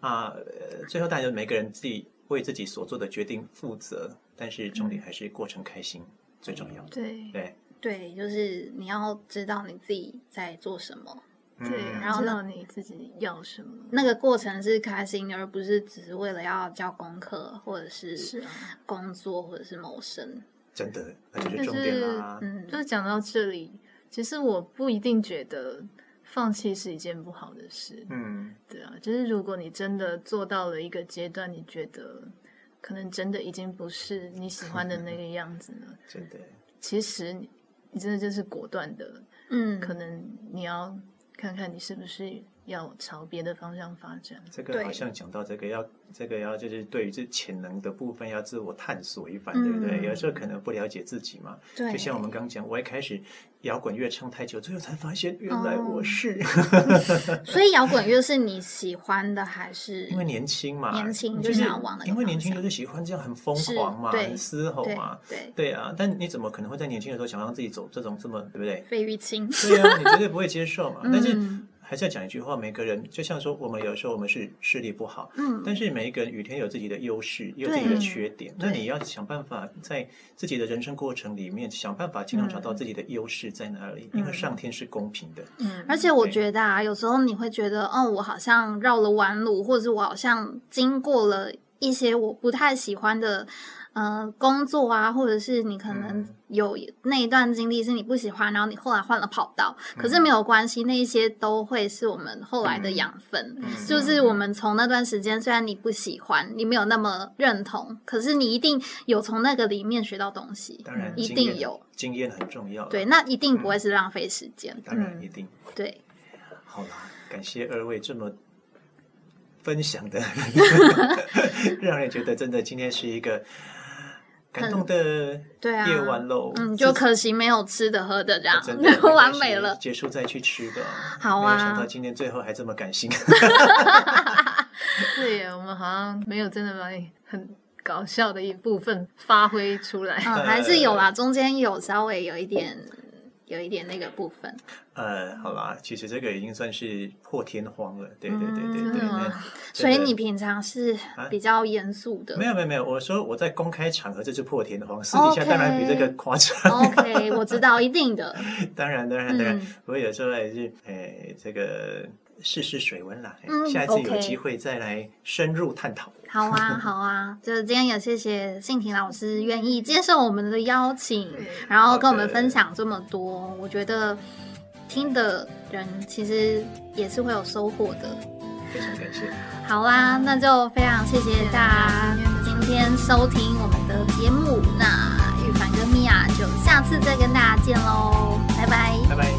[SPEAKER 3] 啊、呃最后大家每个人自己为自己所做的决定负责，但是重
[SPEAKER 1] 嗯
[SPEAKER 3] 点还是过程开心、最重要。
[SPEAKER 2] 对
[SPEAKER 3] 对，
[SPEAKER 1] 对，就是你要知道你自己在做什么，
[SPEAKER 2] 对，
[SPEAKER 3] 嗯
[SPEAKER 1] 然后
[SPEAKER 2] 知
[SPEAKER 1] 呢
[SPEAKER 2] 道你自己要什么。
[SPEAKER 1] 那个过程是开心的，而不是只是为了要交功课或者是
[SPEAKER 2] 是啊，
[SPEAKER 1] 工作或者是谋生。
[SPEAKER 3] 真的，那就是重点啦。
[SPEAKER 1] 嗯，
[SPEAKER 2] 就是讲到这里，其实我不一定觉得放弃是一件不好的事。
[SPEAKER 3] 嗯
[SPEAKER 2] 对啊，就是如果你真的做到了一个阶段，你觉得可能真的已经不是你喜欢的那个样子了，
[SPEAKER 3] 真的，
[SPEAKER 2] 其实你你真的就是果断的，
[SPEAKER 1] 嗯，
[SPEAKER 2] 可能你要看看你是不是要朝别的方向发展。
[SPEAKER 3] 这个
[SPEAKER 1] 对
[SPEAKER 3] 好像讲到这个要，这个要就是对于这潜能的部分要自我探索一番，
[SPEAKER 1] 嗯
[SPEAKER 3] 对不对？有时候可能不了解自己嘛，
[SPEAKER 1] 对，
[SPEAKER 3] 就像我们刚讲，我一开始摇滚乐唱太久，最后才发现原来
[SPEAKER 1] 哦
[SPEAKER 3] 我是、
[SPEAKER 1] 所以摇滚乐是你喜欢的还是？
[SPEAKER 3] 因为年轻嘛，
[SPEAKER 1] 年轻
[SPEAKER 3] 你
[SPEAKER 1] 就
[SPEAKER 3] 就是
[SPEAKER 1] 想要往那个
[SPEAKER 3] 因为年轻
[SPEAKER 1] 方向
[SPEAKER 3] 就是喜欢这样很疯狂嘛，
[SPEAKER 1] 是对
[SPEAKER 3] 很嘶吼
[SPEAKER 1] 对
[SPEAKER 3] 嘛，
[SPEAKER 1] 对，
[SPEAKER 3] 对啊。但你怎么可能会在年轻的时候想让自己走这种这么对不
[SPEAKER 1] [laughs]？
[SPEAKER 3] 对
[SPEAKER 1] 费玉清，
[SPEAKER 3] 对啊，你绝对不会接受嘛。但是
[SPEAKER 2] 嗯
[SPEAKER 3] 还是要讲一句话，每个人就像说，我们有时候我们是视力不好， [laughs]
[SPEAKER 1] 嗯，
[SPEAKER 3] 但是每一个人雨天有自己的优势，也有自己的缺点。那你要想办法在自己的人生过程里面，想办法尽量
[SPEAKER 1] 嗯
[SPEAKER 3] 找到自己的优势在哪里，因为上天是公平的。
[SPEAKER 2] 嗯，
[SPEAKER 1] 而且我
[SPEAKER 3] 对
[SPEAKER 1] 觉得啊，有时候你会觉得，哦，我好像绕了弯路，或者是我好像经过了一些我不太喜欢的，呃，工作啊，或者是你可能
[SPEAKER 3] 嗯
[SPEAKER 1] 有那一段经历是你不喜欢，然后你后来换了跑道，可是没有关系，那一些都会是我们后来的养分。
[SPEAKER 3] 嗯嗯
[SPEAKER 1] 就是我们从那段时间，虽然你不喜欢，你没有那么认同，可是你一定有从那个里面学到东西。
[SPEAKER 3] 当然，
[SPEAKER 1] 嗯
[SPEAKER 3] 嗯
[SPEAKER 1] 一
[SPEAKER 3] 经
[SPEAKER 1] 定
[SPEAKER 3] 验
[SPEAKER 1] 有
[SPEAKER 3] 经验很重要啦。
[SPEAKER 1] 对，那一嗯定不会是浪费时间。
[SPEAKER 3] 当然一定。
[SPEAKER 1] 对，
[SPEAKER 3] 好啦，感谢二位这么
[SPEAKER 1] [laughs]
[SPEAKER 3] 分享的，让人觉得真的今天是一个感动的
[SPEAKER 1] 对啊，
[SPEAKER 3] 夜晚喽。
[SPEAKER 1] 嗯，就可惜没有吃的喝的这样
[SPEAKER 3] 啊
[SPEAKER 1] [laughs]
[SPEAKER 3] 真的，
[SPEAKER 1] 完美了。
[SPEAKER 3] 结束再去吃的。
[SPEAKER 1] 好
[SPEAKER 3] 没有想到
[SPEAKER 1] 啊，
[SPEAKER 3] 今年最后还这么感性。 [laughs]
[SPEAKER 2] 对耶，我们好像没有真的把你很搞笑的一部分发挥出来。
[SPEAKER 3] 呃
[SPEAKER 1] 嗯，还是有啦，中间有稍微有一点，有一点那个部分。
[SPEAKER 3] 呃，好啦，其实这个已经算是破天荒了。对对
[SPEAKER 1] 嗯
[SPEAKER 3] 对对
[SPEAKER 2] 真
[SPEAKER 3] 对。
[SPEAKER 2] 的吗
[SPEAKER 3] 那
[SPEAKER 1] 所以
[SPEAKER 3] 真的
[SPEAKER 1] 你平常是
[SPEAKER 3] 啊
[SPEAKER 1] 比较严肃的
[SPEAKER 3] 没。有没有没有，我说我在公开场合这是破天荒，私底
[SPEAKER 1] OK
[SPEAKER 3] 下
[SPEAKER 1] 哦
[SPEAKER 3] 当然比这个夸张。
[SPEAKER 1] OK，我知道，一定的。
[SPEAKER 3] 当然当然当然
[SPEAKER 1] 嗯，
[SPEAKER 3] 我有时候也是哎这个试试水温啦，哎
[SPEAKER 1] 嗯
[SPEAKER 3] 下一次有
[SPEAKER 1] OK
[SPEAKER 3] 机会再来深入探讨。
[SPEAKER 1] 好啊，好啊，就是今天也谢谢信婷老师愿意接受我们的邀请，
[SPEAKER 3] 嗯
[SPEAKER 1] 然后跟我们分享这么多，我觉得听的人其实也是会有收获的。
[SPEAKER 3] 非常感谢，
[SPEAKER 1] 好啦，那就非常谢谢大家今天收听我们的节目，那玉凡跟米娅就下次再跟大家见喽，拜拜。
[SPEAKER 3] 拜拜。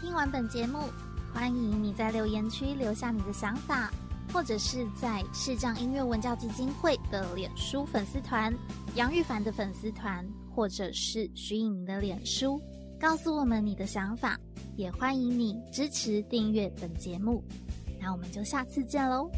[SPEAKER 1] 听完本节目，欢迎你在留言区留下你的想法，或者是在视障音乐文教基金会的脸书粉丝团、杨玉凡的粉丝团，或者是徐颖的脸书，告诉我们你的想法。也欢迎你支持订阅本节目，那我们就下次见喽。